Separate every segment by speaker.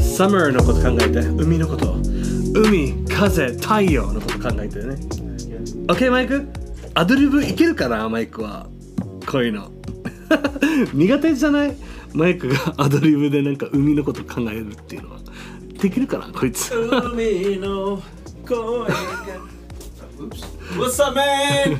Speaker 1: サマーのこと考えて海のこと海風太陽のこと考えてね OK マイクアドリブいけるかなマイクはこういうの 苦手じゃないマイクがアドリブでなんか海のこと考えるっていうのはできるかなこいつ
Speaker 2: 海の声が What's up man?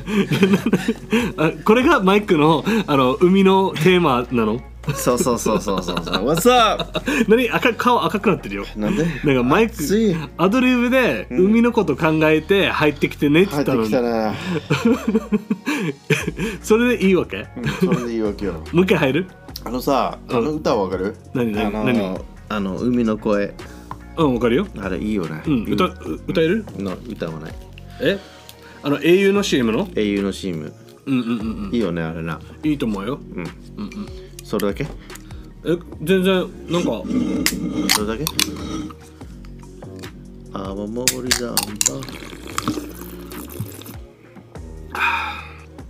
Speaker 1: あこれがマイクのあの海のテーマなの
Speaker 3: そうそうそうそうそうそう。What's up?
Speaker 1: 何赤顔赤くなってるよ
Speaker 3: なんで
Speaker 1: なんかマイク
Speaker 3: 暑い
Speaker 1: アドリブで海のこと考えて入ってきてねって言
Speaker 3: 入
Speaker 1: っの
Speaker 3: ったてき
Speaker 1: に、
Speaker 3: たな。
Speaker 1: それでいいわけ
Speaker 3: それでいいわけよ。
Speaker 1: もう一回入る
Speaker 3: あのさ、あの歌わかる
Speaker 1: 何何
Speaker 3: あの
Speaker 1: 何
Speaker 3: あの、海の声。
Speaker 1: うんわかるよ、
Speaker 3: あれいいよね。
Speaker 1: うん、歌
Speaker 3: う
Speaker 1: 歌える
Speaker 3: の歌わない。
Speaker 1: えあの英雄の CM の
Speaker 3: 英雄のチーム。
Speaker 1: うんうんうん
Speaker 3: いいよね、あれな。
Speaker 1: うんいいと思うよ
Speaker 3: うん。それだけ
Speaker 1: え全然なんか
Speaker 3: それだけあまもりだん
Speaker 1: あ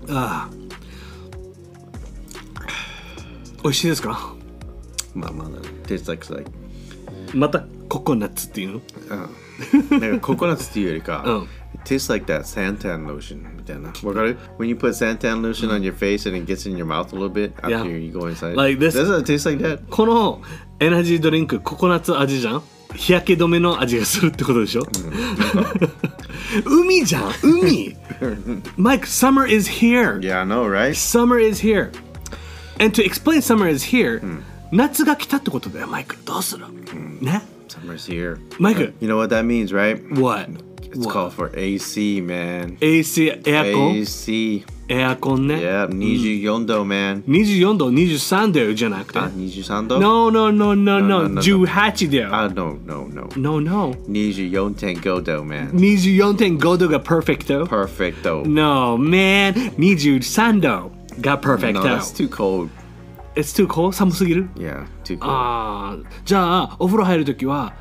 Speaker 1: あ美味しいですか
Speaker 3: まあまあだね。手伝いくさい。
Speaker 1: またココナッツっていうの
Speaker 3: うん。
Speaker 1: Oh.
Speaker 3: なんかココナッツっていうよりか、
Speaker 1: うん
Speaker 3: It tastes like that suntan lotion みたいな。わかる When you put suntan lotion on your face and it gets in your mouth a little bit after
Speaker 1: Mm. Yeah.
Speaker 3: you go inside.
Speaker 1: Like this.
Speaker 3: Doesn't it taste like that?
Speaker 1: このエナジードリンクココナッツ味じゃん日焼け止めの味がするってことでしょ、 海じゃん海 Mike, summer is here
Speaker 3: Yeah, I know, right?
Speaker 1: Summer is here And to explain summer is here、夏
Speaker 3: Hmm.
Speaker 1: が来たってことだよマイクどうする、ね
Speaker 3: Summer's here.
Speaker 1: マイク
Speaker 3: You know what that means, right?
Speaker 1: What?
Speaker 3: It's
Speaker 1: What?
Speaker 3: called for AC, man.
Speaker 1: AC エアコン
Speaker 3: AC.
Speaker 1: エアコンね、
Speaker 3: Yeah, 24度 man. Ah,
Speaker 1: 24度23度じゃなくて
Speaker 3: あ、23度
Speaker 1: No no no no no
Speaker 3: no, no, no.
Speaker 1: 18だよ
Speaker 3: あ、no, Ah, no, no.
Speaker 1: No no
Speaker 3: 24.5度 man.
Speaker 1: 24.5度が perfect よ
Speaker 3: Perfect, though.
Speaker 1: No, man. 23度が perfect.
Speaker 3: No, that's too cold.
Speaker 1: It's too cold. 寒すぎる
Speaker 3: Yeah, too cold.
Speaker 1: ああ、じゃあ、お風呂入るときは、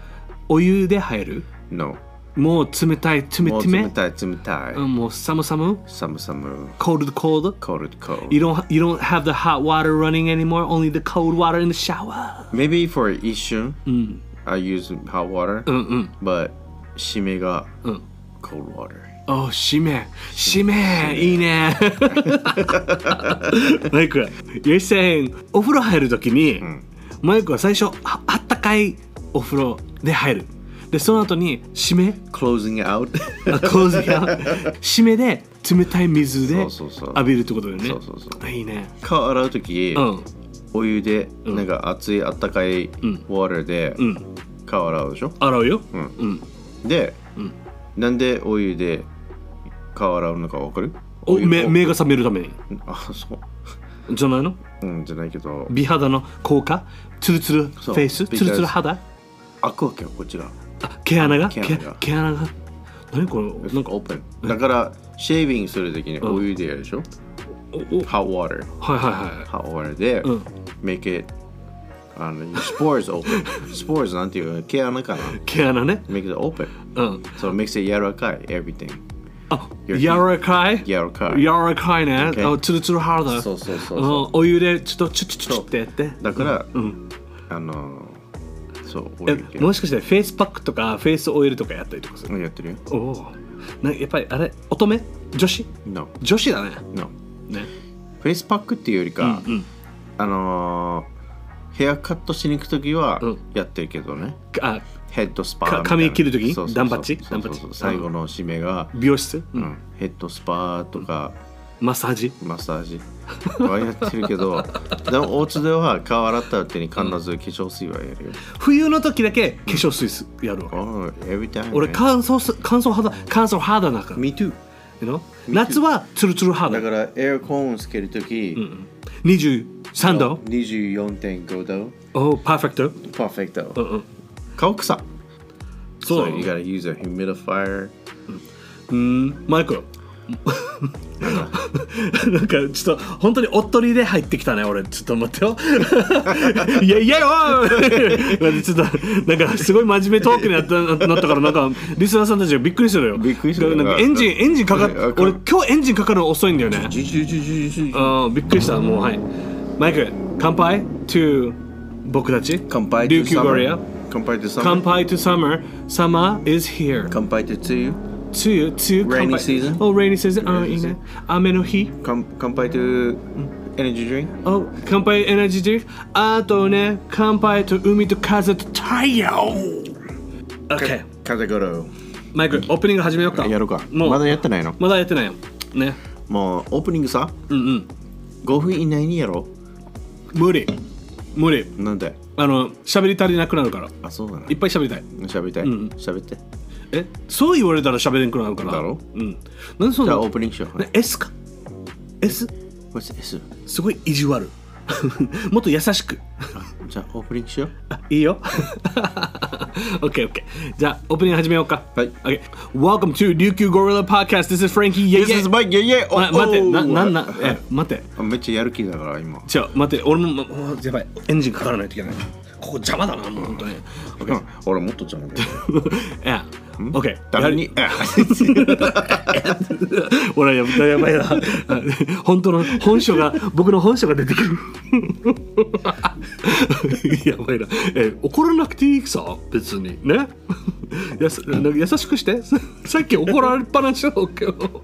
Speaker 1: お湯で入る
Speaker 3: No.
Speaker 1: もう冷たい、冷
Speaker 3: もう
Speaker 1: た
Speaker 3: 冷
Speaker 1: め
Speaker 3: たい冷たい。
Speaker 1: うんもう寒寒
Speaker 3: Some summer
Speaker 1: ?cold, cold?
Speaker 3: cold cold.
Speaker 1: You don't, you don't have the hot water running anymore, only the cold water in the shower.
Speaker 3: Maybe for 一瞬、I use hot water,
Speaker 1: うんうん。
Speaker 3: but 締めが
Speaker 1: うん。
Speaker 3: cold water.
Speaker 1: おう、しめ。しめ。いい ね。マイク、You're saying お風呂入るときに、マイクは最初あ、あったかいお風呂で入る。で、その後に、しめ、
Speaker 3: Closing out.
Speaker 1: あ洪水が、しめで冷たい水で
Speaker 3: そうそうそう
Speaker 1: 浴びるってことだよね。
Speaker 3: そうそうそう
Speaker 1: いいね。
Speaker 3: 顔洗うとき、
Speaker 1: うん。
Speaker 3: お湯でなんか熱いあったかい water で
Speaker 1: ん
Speaker 3: 顔洗うでしょ。
Speaker 1: 洗うよ。
Speaker 3: うん
Speaker 1: うん。
Speaker 3: で、なんでお湯で顔洗うのかわかる？
Speaker 1: お
Speaker 3: 湯
Speaker 1: 目目が覚めるために。
Speaker 3: あそう。
Speaker 1: じゃないの
Speaker 3: うんじゃないけど、
Speaker 1: 美肌の効果ツルツルフ
Speaker 3: そう
Speaker 1: ェイス
Speaker 3: because-
Speaker 1: ツルツル肌
Speaker 3: 開くわけよこっちが。
Speaker 1: あ毛穴が
Speaker 3: 毛
Speaker 1: 毛
Speaker 3: 穴が
Speaker 1: 毛穴が。何これ
Speaker 3: な
Speaker 1: なんん
Speaker 3: か
Speaker 1: か
Speaker 3: オープン。だからシェービングするときにお湯でやるでしょ。
Speaker 1: おお
Speaker 3: Hot water.
Speaker 1: はいはいはい。
Speaker 3: hot water there,
Speaker 1: Mm.
Speaker 3: make it, I don't know, spores open. spores なんていうの毛穴かな
Speaker 1: 毛穴ね。
Speaker 3: ?make it open.
Speaker 1: うん。
Speaker 3: So it makes it 柔らかい everything.
Speaker 1: あ、
Speaker 3: Your-
Speaker 1: 柔らかい
Speaker 3: 柔らかい
Speaker 1: 柔。らかいね。
Speaker 3: Okay
Speaker 1: あツルツル肌。
Speaker 3: そうそうそうそうん
Speaker 1: お湯でちょっとチュチュチュチュってやって。
Speaker 3: だから、
Speaker 1: ん
Speaker 3: あの、そう、お
Speaker 1: え
Speaker 3: 湯で
Speaker 1: もしかしてフェイスパックとかフェイスオイルとかやったりとかする
Speaker 3: やってるよ。
Speaker 1: おおなやっぱりあれ乙女女子
Speaker 3: No,
Speaker 1: 女子だね
Speaker 3: no.
Speaker 1: ね
Speaker 3: フェイスパックっていうよりか、
Speaker 1: うん
Speaker 3: あのー、ヘアカットしに行くときは
Speaker 1: うん
Speaker 3: やってるけどね。
Speaker 1: あ
Speaker 3: ヘッドスパーみたい
Speaker 1: か
Speaker 3: な。
Speaker 1: 髪切る時
Speaker 3: そうそうそう
Speaker 1: ダンパチ
Speaker 3: そうそうそう
Speaker 1: ダンパチ
Speaker 3: 最後の締めが、
Speaker 1: 美容室、う
Speaker 3: うんん、ヘッドスパーとか、
Speaker 1: マッサージ
Speaker 3: マッサージはやってるけど でもお家では顔洗った後に必ず化粧水はやるよ、
Speaker 1: 冬の時だけ化粧水すやるわ、
Speaker 3: oh, every time
Speaker 1: 俺
Speaker 3: man.
Speaker 1: 乾燥す乾燥肌乾燥肌だから
Speaker 3: Me too
Speaker 1: you know 夏はツルツル肌
Speaker 3: だからエアコンをつけるとき、
Speaker 1: 23度
Speaker 3: 24.5度
Speaker 1: おパーフェクト
Speaker 3: パーフェクト
Speaker 1: うんうん
Speaker 3: 顔臭
Speaker 1: そう
Speaker 3: so you gotta use a humidifier
Speaker 1: うんマイクなんかちょっと本当におっとりで入ってきたね俺ちょっと待ってよ いやいやよちょっとなんかすごい真面目トークになったなったからなんかリスナーさんたちがびっくりするよ
Speaker 3: びっくりするよ
Speaker 1: なんか
Speaker 3: な
Speaker 1: エンジンエンジンかかっ
Speaker 3: うん
Speaker 1: 俺今日エンジンかかるの遅いんだよね
Speaker 3: ジュジュジュジュジュジュ
Speaker 1: あーびっくりしたもうはいマイク乾杯 to 僕たち
Speaker 3: 乾杯
Speaker 1: 琉球ゴリラ
Speaker 3: 乾杯 to summer.
Speaker 1: Kanpai to summer. Summer is here.
Speaker 3: 乾杯 to two.
Speaker 1: 梅雨、梅雨、
Speaker 3: Rainy
Speaker 1: 乾杯
Speaker 3: season
Speaker 1: Oh, rainy season. あ、
Speaker 3: Rainy
Speaker 1: いいね。雨の日。
Speaker 3: 乾乾杯 to energy drink.
Speaker 1: Oh, 乾杯エナジードリンク。あとね、乾杯と海と風と太陽。OK。
Speaker 3: 風ごろ。
Speaker 1: マイク、オープニング始めようか。
Speaker 3: やろうか。
Speaker 1: もう
Speaker 3: まだやってないの
Speaker 1: まだやってないよ。ね。
Speaker 3: もうオープニングさ、
Speaker 1: うんうん。
Speaker 3: 5分以内にやろ
Speaker 1: 無理。無理。
Speaker 3: う。なんで
Speaker 1: あの、喋り足りなくなるから。
Speaker 3: あ、そうだない
Speaker 1: っ。ぱい喋りたい。
Speaker 3: 喋りたい。
Speaker 1: うん
Speaker 3: 喋って。
Speaker 1: えそう言われたら喋れんくなるから。
Speaker 3: だろ
Speaker 1: うん。なんでそん
Speaker 3: じゃ
Speaker 1: な
Speaker 3: あオープニングしよう。
Speaker 1: ね S か ?S?
Speaker 3: What's S?
Speaker 1: すごい意地悪。 もっと優しく。
Speaker 3: じゃあオープニングしよう。
Speaker 1: あいいよ。okay, okay. じゃあ、オープニング始めようか。
Speaker 3: はい
Speaker 1: Okay. Welcome to 琉球ゴリラ Podcast. This is Frankie. Yeah,
Speaker 3: This
Speaker 1: yeah.
Speaker 3: is Mike. Yeah, yeah.
Speaker 1: ま待って、な、なんな
Speaker 3: Oh.、
Speaker 1: え、待って。
Speaker 3: あめっちゃやる気だから今。
Speaker 1: ちょ、待って、俺も、まおやばい。エンジンかからないといけない。ここ邪魔だな、もう本当に。
Speaker 3: うん俺もっと邪魔だよ。
Speaker 1: yeah. Okay.
Speaker 3: 誰に
Speaker 1: やり 俺ややばいな。本当の本性が、僕の本性が出てくる。 やばいな。え、怒らなくていいさ、別に。ね。やすなんか優しくして。さっき怒られっぱなしだったけど。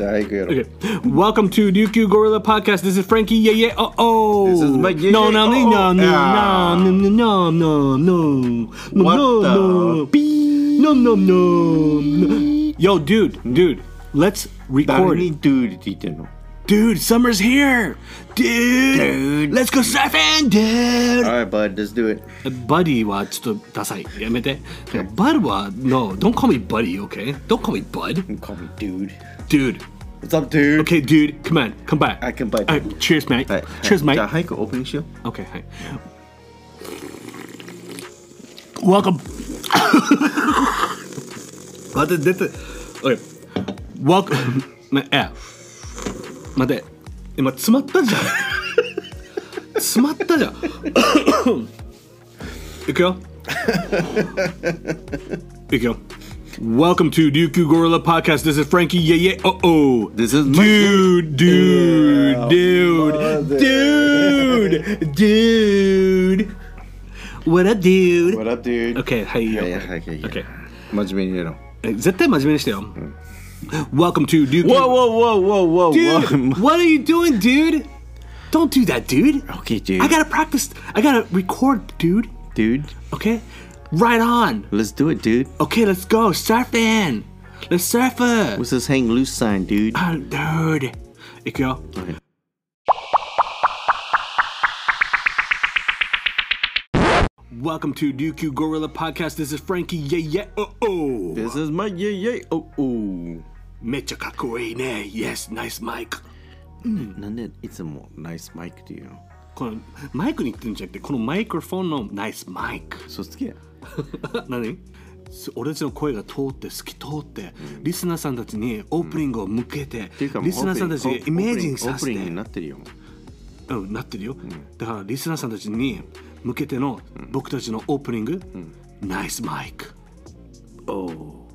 Speaker 3: 大学やろう。
Speaker 1: Okay. Welcome to Ryukyu Gorilla Podcast. This is Frankie. Yeah, yeah. Oh, oh.
Speaker 3: This is my yeah,
Speaker 1: no,
Speaker 3: yeah,
Speaker 1: no, no, no,
Speaker 3: oh, oh.
Speaker 1: no,
Speaker 3: Ah.
Speaker 1: no, no, no, no, no, no,
Speaker 3: What
Speaker 1: no,
Speaker 3: the
Speaker 1: no, Beep. no, no, no, no. Yo, dude, dude, let's
Speaker 3: 誰
Speaker 1: record.
Speaker 3: に dude って言ってんの
Speaker 1: Dude, summer's here. Dude,
Speaker 3: Dude.
Speaker 1: let's go surfing, dude.
Speaker 3: Alright, bud, let's do it.
Speaker 1: バディはちょっとダサい。やめて。バルは、no, don't call me buddy, okay? Don't call me bud.
Speaker 3: Call me dude.
Speaker 1: Dude.
Speaker 3: What's up, dude?
Speaker 1: Okay, dude, come on, come back.
Speaker 3: I can bite.
Speaker 1: All right, cheers, mate.
Speaker 3: はい。
Speaker 1: Cheers,
Speaker 3: じ
Speaker 1: mate.
Speaker 3: ゃあ、早くオープニングしよ
Speaker 1: Okay, hi. Welcome. 待って、出て。おい。Welcome. ねえ。待って。今、詰まったじゃん。詰まったじゃん。いくよ。いくよ。Welcome to Ryukyu Gorilla Podcast. This is Frankie. Yeah, yeah. Oh, oh.
Speaker 3: This is Mike.
Speaker 1: dude, dude,
Speaker 3: Yeah,
Speaker 1: dude,
Speaker 3: brother.
Speaker 1: dude, dude. What up, dude?
Speaker 3: う。What up, dude?
Speaker 1: Okay, はいよ。
Speaker 3: いやいやはいはいはい
Speaker 1: Okay.
Speaker 3: 真面目にやろう。
Speaker 1: え絶対真面目にしてよ。Welcome to Ryukyu.
Speaker 3: whoa, whoa, whoa,
Speaker 1: dude, what are you doing, dude? Don't do that, dude.
Speaker 3: Okay, dude.
Speaker 1: I gotta practice. I gotta record, dude.
Speaker 3: Dude,
Speaker 1: Okay, right on.
Speaker 3: let's do it, dude.
Speaker 1: Okay, let's go. Surfing. Let's surf. Uh,
Speaker 3: What's this hang loose sign, dude?
Speaker 1: dude. いくよ。Welcome to Ryukyu Gorilla Podcast. This is Frankie. Yeah, yeah. Oh, oh.
Speaker 3: This is my yeah, yeah, oh, oh.
Speaker 1: めっちゃかっこいいね。Yes, nice mic.
Speaker 3: なんでいつもナイスマイクっていうの
Speaker 1: このマイクに言ってるんじゃなくて、このマイクロフォンのナイスマイク。
Speaker 3: 嘘つけ。
Speaker 1: 何す俺たちの声が通って透き通って、リスナーさんたちにオープニングを向けて、
Speaker 3: っていうかもう
Speaker 1: リスナーさんたちにイメージに
Speaker 3: オ
Speaker 1: さ
Speaker 3: ープ
Speaker 1: せ
Speaker 3: ニングオープニ
Speaker 1: て
Speaker 3: ングになってるよ。も
Speaker 1: うん、なってるよ、だからリスナーさんたちに向けての僕たちのオープニング、ナイスマイクお
Speaker 4: Oh.
Speaker 1: お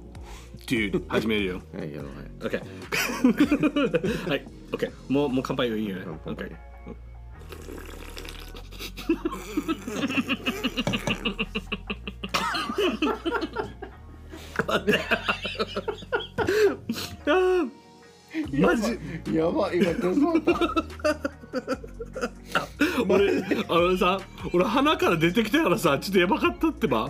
Speaker 1: Dude 始めるよ
Speaker 3: うはい、やろうはい
Speaker 1: OK はい OK もうもう乾杯がいいよね OK マジ
Speaker 3: やばい、今どう した
Speaker 1: 俺あのさ俺鼻から出てきたからさちょっとやばかったってば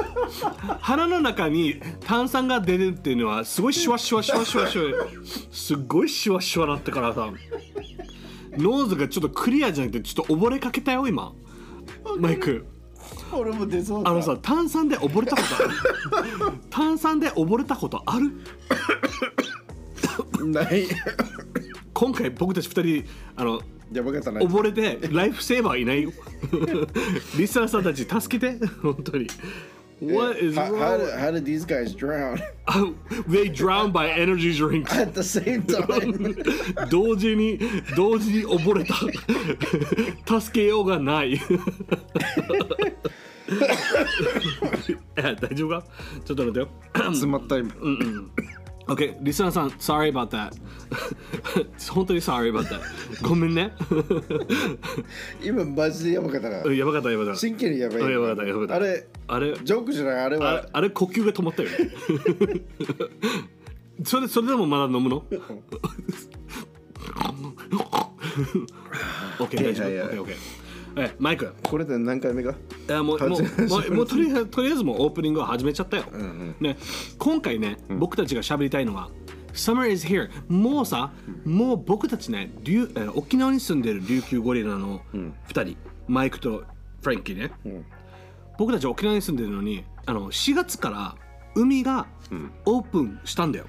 Speaker 1: 鼻の中に炭酸が出るっていうのはすごいシュワシュワシュワシュワシュワすっごいシュワシュワなったからさノーズがちょっとクリアじゃなくてちょっと溺れかけたよ今マイク
Speaker 3: 俺も出そう
Speaker 1: あのさ炭酸で溺れたことある炭酸で溺れたことある
Speaker 3: ない。
Speaker 1: 今回僕たち二人あの
Speaker 3: やばかったな。
Speaker 1: 溺れてライフセーバーいないよリスナーさんたち助けて本当に What is
Speaker 4: how, how, did,
Speaker 1: wrong?
Speaker 4: how did these guys drown
Speaker 1: They drown by energy drinks
Speaker 4: at the same time?
Speaker 1: 同時に同時に溺れた 助けようがないえ大丈夫かちょっと待ってよ
Speaker 3: 詰まった今。
Speaker 1: Okay, リスナーさん、sorry about that. 本当に sorry about that. ごめんね。
Speaker 4: 今マジでやばかったな
Speaker 1: うんやばかった、やばかった。
Speaker 4: 真剣にやばい
Speaker 1: うんやばかった、やばかった。
Speaker 4: あれ
Speaker 1: あれ、
Speaker 4: ジョークじゃないあれ
Speaker 1: あれ
Speaker 4: は
Speaker 1: あれ呼吸が止まったよね それそれでもまだ飲むの ?OK 大丈
Speaker 3: いやいやいや
Speaker 1: 夫 OKOK えマイク
Speaker 3: これで何回目か
Speaker 1: えもうもう
Speaker 3: 始め
Speaker 1: もうもうとりあえずとりあえずもうオープニングを始めちゃったよ、ね、今回ね、僕たちが喋りたいのは Summer is here もうさ、もう僕たちね琉えー沖縄に住んでる琉球ゴリラの2人、マイクとフランキーね、僕たち沖縄に住んでるのにあの4月から海がオープンしたんだよ、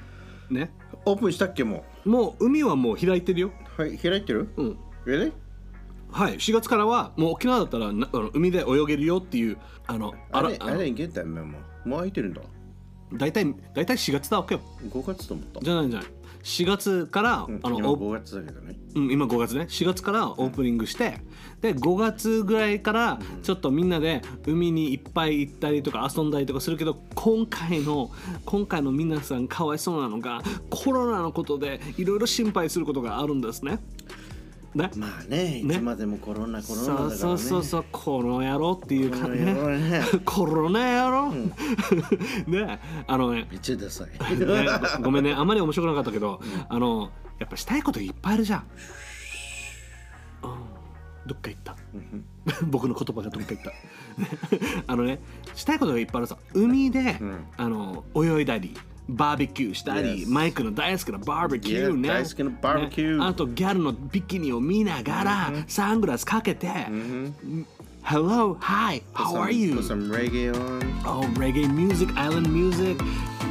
Speaker 1: ね
Speaker 3: オープンしたっけも
Speaker 1: もう海はもう開いてるよ
Speaker 3: うはい開いてる
Speaker 1: うん
Speaker 3: Really?
Speaker 1: はい4月からはもう沖縄だったらなあの海で泳げるよっていうあのあ
Speaker 3: I
Speaker 1: ら
Speaker 3: didn't,
Speaker 1: あ
Speaker 3: I
Speaker 1: の
Speaker 3: didn't get that memo もう開いてるんだ
Speaker 1: 大体大体4月だわけよ
Speaker 3: 5月と思った
Speaker 1: じゃないじゃない4月から、
Speaker 3: うん
Speaker 1: あの
Speaker 3: 今
Speaker 1: オープ
Speaker 3: 5月だけどね
Speaker 1: うん今5月ね4月からオープニングして、で5月ぐらいからちょっとみんなで海にいっぱい行ったりとか遊んだりとかするけど今回の今回の皆さんかわいそうなのがコロナのことでいろいろ心配することがあるんですね。ね
Speaker 3: まあねい
Speaker 1: ね
Speaker 3: つまでもコロナコロナだか
Speaker 1: そう
Speaker 3: らね
Speaker 1: そうそうそうこの野郎っていうか
Speaker 3: この野郎ね
Speaker 1: ね コロナ野郎、 ねあのね
Speaker 3: めっちゃダサい
Speaker 1: ね ごごめんねあんまり面白くなかったけど、あのやっぱしたいこといっぱいあるじゃん、うん、どっか行った 僕の言葉がどっか行った あのねしたいことがいっぱいあるさ海で、あの泳いだりバーベキューしたり、
Speaker 3: Yes
Speaker 1: マイクの大好きなバーベキューね
Speaker 3: Yeah 大好きなバーベキュー
Speaker 1: ねあとギャルのビキニを見ながら、サングラスかけて、Hello, hi, how are you?
Speaker 3: Put some reggae on
Speaker 1: Oh, reggae music, island music,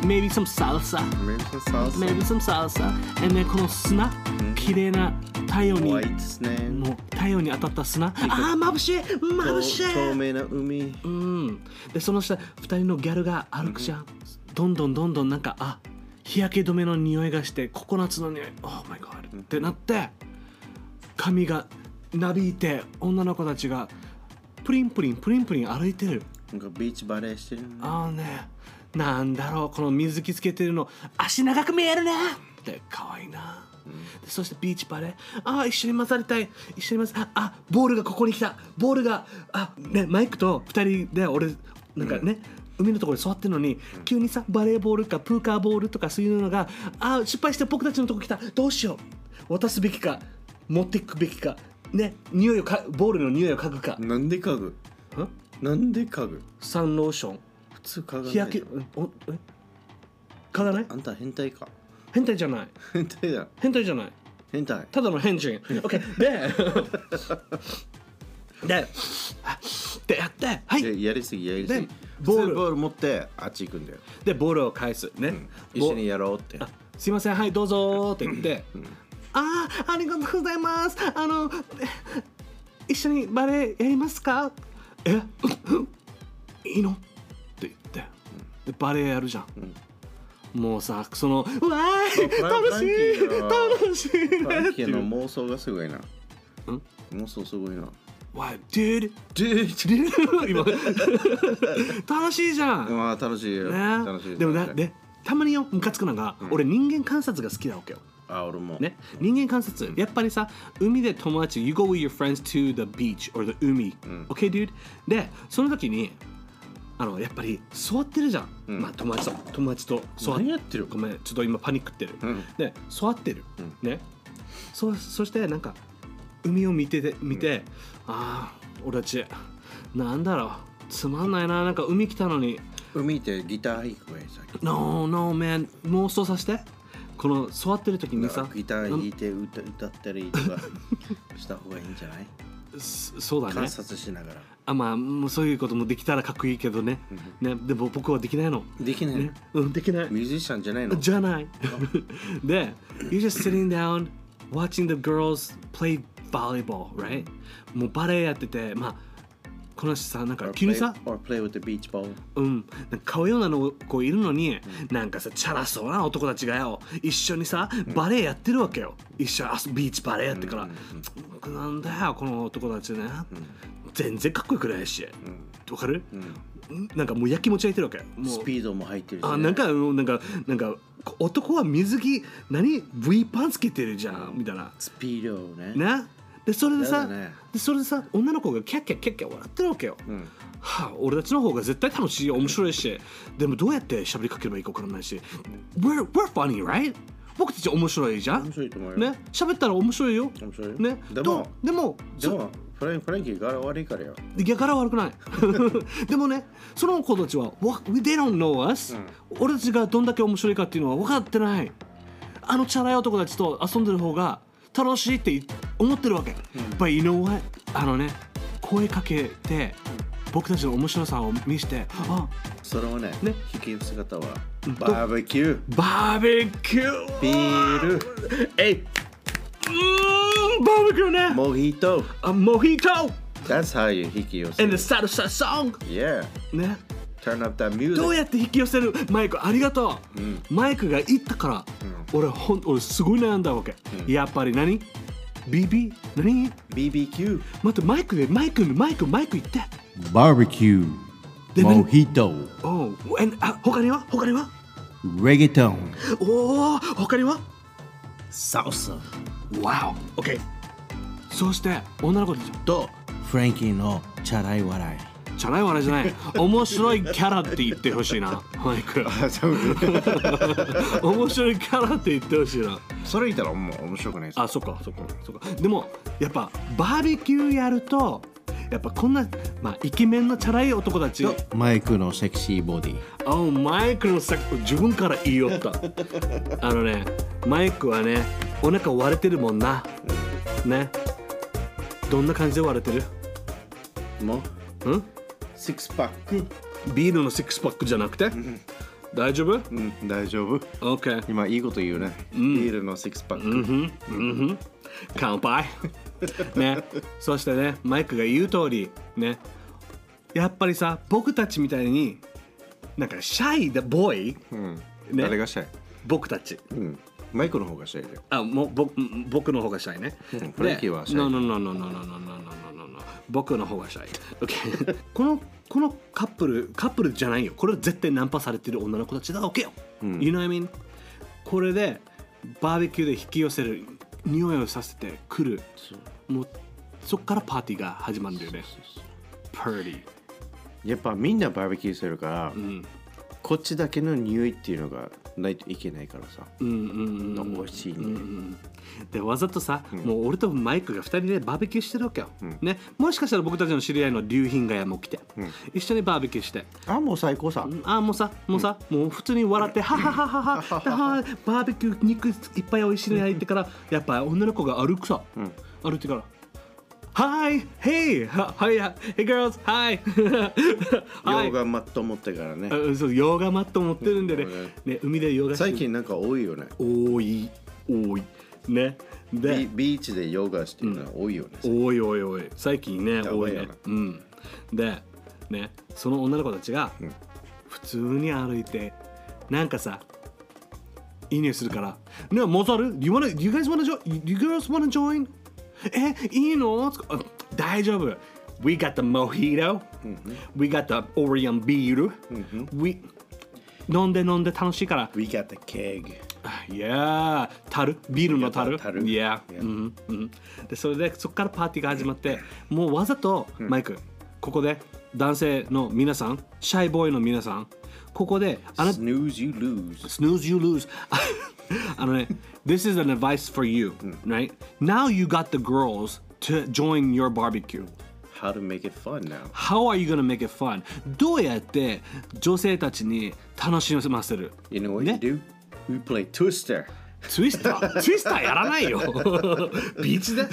Speaker 1: maybe some salsa,
Speaker 3: maybe some salsa
Speaker 1: maybe some salsa. And then この砂、綺麗な太陽に、も
Speaker 3: white sand
Speaker 1: う太陽に当たった砂、ああ、眩しい眩しい
Speaker 3: 透明な海
Speaker 1: うん。で、その下、二人のギャルが歩くじゃん。どんどんどんどんなんか、あ日焼け止めの匂いがして、ココナッツの匂い、Oh my god! ってなって、髪がなびいて、女の子たちが、プリンプリンプリンプリン歩いてる。
Speaker 3: なんかビーチバレーしてるね
Speaker 1: あのね、なんだろう、この水着つけてるの、足長く見えるねって、可愛いな。でそしてビーチバレー、ああ、一緒に混ざりたい、一緒に混ざりあボールがここに来た、ボールが、あね、マイクと二人で俺、なんかね、海のところに座ってるのに、急にさ、バレーボールかプーカーボールとかそういうのが、ああ、失敗して僕たちのとこ来た、どうしよう、渡すべきか、持っていくべきか、ね、匂いをか、ボールの匂いを嗅ぐか、ん
Speaker 3: なんで家具なんで家具
Speaker 1: サンローション。
Speaker 3: 普通家具
Speaker 1: 日焼け、うんおえ嗅がない
Speaker 3: あんた変態か
Speaker 1: 変態じゃない
Speaker 3: 変態だ
Speaker 1: 変態じゃない
Speaker 3: 変態
Speaker 1: ただの変人 OK でででやってはい
Speaker 3: でやりすぎやりすぎ
Speaker 1: で
Speaker 3: ボ
Speaker 1: ボー
Speaker 3: ー
Speaker 1: ル
Speaker 3: ルボール持ってあっち行くんだよ
Speaker 1: でボールを返すね、
Speaker 3: 一緒にやろうって
Speaker 1: あすいませんはいどうぞーって言って、ああありがとうございますあの一緒にバレエやりますかえ いいのって言ってでバレエやるじゃん、もうさその「うわーい
Speaker 3: まあ
Speaker 1: 楽しい
Speaker 3: フランキーは
Speaker 1: 楽しい
Speaker 3: パ
Speaker 1: ね」っ
Speaker 3: ン
Speaker 1: て
Speaker 3: キ
Speaker 1: い
Speaker 3: ーの
Speaker 1: う
Speaker 3: 妄想がすごいな妄想すごいな
Speaker 1: 「わ dude dude 今楽しいじゃん、
Speaker 3: まあ楽しいよ
Speaker 1: ね
Speaker 3: 楽しい
Speaker 1: でもだ
Speaker 3: 楽しい
Speaker 1: でたまによムカつくのが、俺人間観察が好きなわけよ
Speaker 3: あ俺も
Speaker 1: ね、人間観察、やっぱりさ、海で友達、You go with your friends to the beach or the 海、OK, dude? で、その時に、あのやっぱり座ってるじゃん、まあ友達と友達と座
Speaker 3: 何やってる
Speaker 1: ごめんちょっと今パニックってる、で座ってる、ねそそしてなんか海を見てて見て、ああ俺たちなんだろうつまんないななんか海来たのに
Speaker 3: 海ってギター弾くわよさっ
Speaker 1: No, no, man. 妄想させて。この座ってる時にさ
Speaker 3: き、ギター弾いて歌歌ったりとかした方がいいんじゃない
Speaker 1: そそうだ
Speaker 3: 観
Speaker 1: ね。
Speaker 3: 察しながら
Speaker 1: あまあ、もうそういうこともできたらかっこいいけどね。ねでも僕はできないの。
Speaker 3: できないの
Speaker 1: ね、うん、できない。
Speaker 3: ミュージシャンじゃないの
Speaker 1: じゃない。で、you're just sitting down, watching the girls play volleyball, right? もうバレエやってて、まあ、この人さ、なんか
Speaker 3: Or
Speaker 1: 急にさ、
Speaker 3: play- Or play with the beach ball
Speaker 1: うん、なんか可愛い女の子いるのに、なんかさチャラそうな男たちがよ一緒にさバレエやってるわけよ一緒にあビーチバレエやってから、なんだよこの男たちね、全然かっこよくないしわ、かる、なんかもうやきもち焼いてるわけもう
Speaker 3: スピードも入ってるしね
Speaker 1: あなんかうんなんかなんか男は水着何 V パンつけてるじゃんみたいな
Speaker 3: スピードをね
Speaker 1: なでそれでさ、
Speaker 3: やだね
Speaker 1: でそれでさ女の子がキャッキャッキャッキャ笑ってるわけよ、
Speaker 3: ん
Speaker 1: はあ、俺たちの方が絶対楽しい面白いしでもどうやって喋りかければいいか分からないし we're, we're funny right? 僕たち面白いじゃん
Speaker 3: 面白いと思うよ
Speaker 1: ね喋ったら面白いよ
Speaker 3: 面白いよ
Speaker 1: ね
Speaker 3: でも
Speaker 1: どうでも
Speaker 3: でもフランフランキー柄悪いからよ
Speaker 1: いや柄悪くない でもねその子たちは「わ They don't know us、俺たちがどんだけ面白いかっていうのは分かってないあのチャラい男たちと遊んでる方が楽しいって思ってるわけ、But you know what あのね声かけて僕たちの面白さを見せて「あ
Speaker 3: それをね
Speaker 1: ね
Speaker 3: 引き姿はバーベキュー
Speaker 1: バーベキュー
Speaker 3: ビール
Speaker 1: えいうーんバーベキューね
Speaker 3: モヒート
Speaker 1: あモヒート
Speaker 3: That's how you 引き寄せ
Speaker 1: and the
Speaker 3: る
Speaker 1: salsa song
Speaker 3: Yeah
Speaker 1: ね
Speaker 3: Turn up that music
Speaker 1: どうやって引き寄せるマイクありがとう、マイクが言ったから、俺ほん俺すごい悩んだわけ、やっぱり何 ?BB? 何
Speaker 3: BBQ
Speaker 1: 待ってマイクでマイクマイクマイク言って
Speaker 5: barbecue,
Speaker 1: They will-
Speaker 5: mojito,
Speaker 1: おうえあ他には他には
Speaker 5: reggaeton,
Speaker 1: おお他には
Speaker 5: salsa,
Speaker 1: わお OK そして女の子たち
Speaker 5: to, Frankie no charai warai.
Speaker 1: チャラい笑いじゃない 面白いキャラって言ってほしいなマイ ク面白いキャラって言ってほしいな
Speaker 3: それ言ったらもう面白くないです
Speaker 1: あそっかそっかそっかでもやっぱバーベキューやるとやっぱこんな、まあ、イケメンのチャラい男たち
Speaker 5: Mike no sexy body.
Speaker 1: あマイクのさ自分から言いよった あのねマイクはねお腹割れてるもんなねどんな感じで割れてる
Speaker 3: もう
Speaker 1: うん
Speaker 3: シックスパック
Speaker 1: ビールのシックスパックじゃなくて大丈夫
Speaker 3: うん大丈夫
Speaker 1: ?OK
Speaker 3: 今いいこと言うねビールのシックスパック
Speaker 1: 乾杯ねそしてねマイクが言う通りねやっぱりさ僕たちみたいになんかシャイだボーイ、ね
Speaker 3: 誰がしたい
Speaker 1: 僕たち
Speaker 3: うんマイクの方がしたいよ
Speaker 1: あもう僕僕の方がシャイね、で
Speaker 3: フランキーはシャイ
Speaker 1: No, no, no, no, no, no, no, no, no, no, no. 僕の方がシャイ OK このこのカップルカップルじゃないよこれ絶対ナンパされてる女の子たちだわけよ、You know what I mean? これでバーベキューで引き寄せる匂いをさせてくるもうそっからパーティーが始まるんだよねパーティー
Speaker 3: やっぱみんなバーベキューするから、こっちだけの匂いっていうのがないといけないからさ、うんうんうん、美味しい匂い、
Speaker 1: でわざとさ、もう俺とマイクが2人でバーベキューしてるわけよ、ね、もしかしたら僕たちの知り合いの竜品がやも来て、一緒にバーベキューして
Speaker 3: あもう最高さ、
Speaker 1: あもうさもうさ、もう普通に笑って「ははははははバーベキュー肉いっぱいおいしいね」言ってからやっぱ女の子が歩くさ、歩いてから「Hi! Hey! Hi! Hey girls! Hi!
Speaker 3: 洋
Speaker 1: Hi!
Speaker 3: 画マット持ってからね、
Speaker 1: あそう洋画マット持ってるんでね,、
Speaker 3: うん
Speaker 1: ね海で洋画して
Speaker 3: 最近なんか多いよね
Speaker 1: 多い多いねで
Speaker 3: ビビーチでヨガしてるの多いよね、
Speaker 1: おいおいおい最近ね
Speaker 3: や
Speaker 1: 多
Speaker 3: ば
Speaker 1: い
Speaker 3: いよ
Speaker 1: ね
Speaker 3: ね
Speaker 1: うんでねその女の子たちが普通に歩いてなんかさいい匂いするから「ねモザル you, wanna, you guys wanna join? You girls wanna join? えいいの?つか」あ大丈夫 We got the mojito、We got the Orion beer、We 飲んで飲んで楽しいから
Speaker 3: We got the keg
Speaker 1: いやー、樽、ビールの樽。
Speaker 3: 樽
Speaker 1: いや、
Speaker 3: Yeah
Speaker 1: うんうん。で、それでそこからパーティーが始まって、もうわざとマイク、ここで男性の皆さん、シャイボーイの皆さん、ここであな
Speaker 3: snooze you lose
Speaker 1: snooze you lose あのね this is an advice for you、right now you got the girls to join your barbecue
Speaker 3: how to make it fun now
Speaker 1: how are you gonna make it fun どうやって女性たちに楽しませる
Speaker 3: you know what you do we play twister
Speaker 1: ツイスターツイスターやら ないよビーチで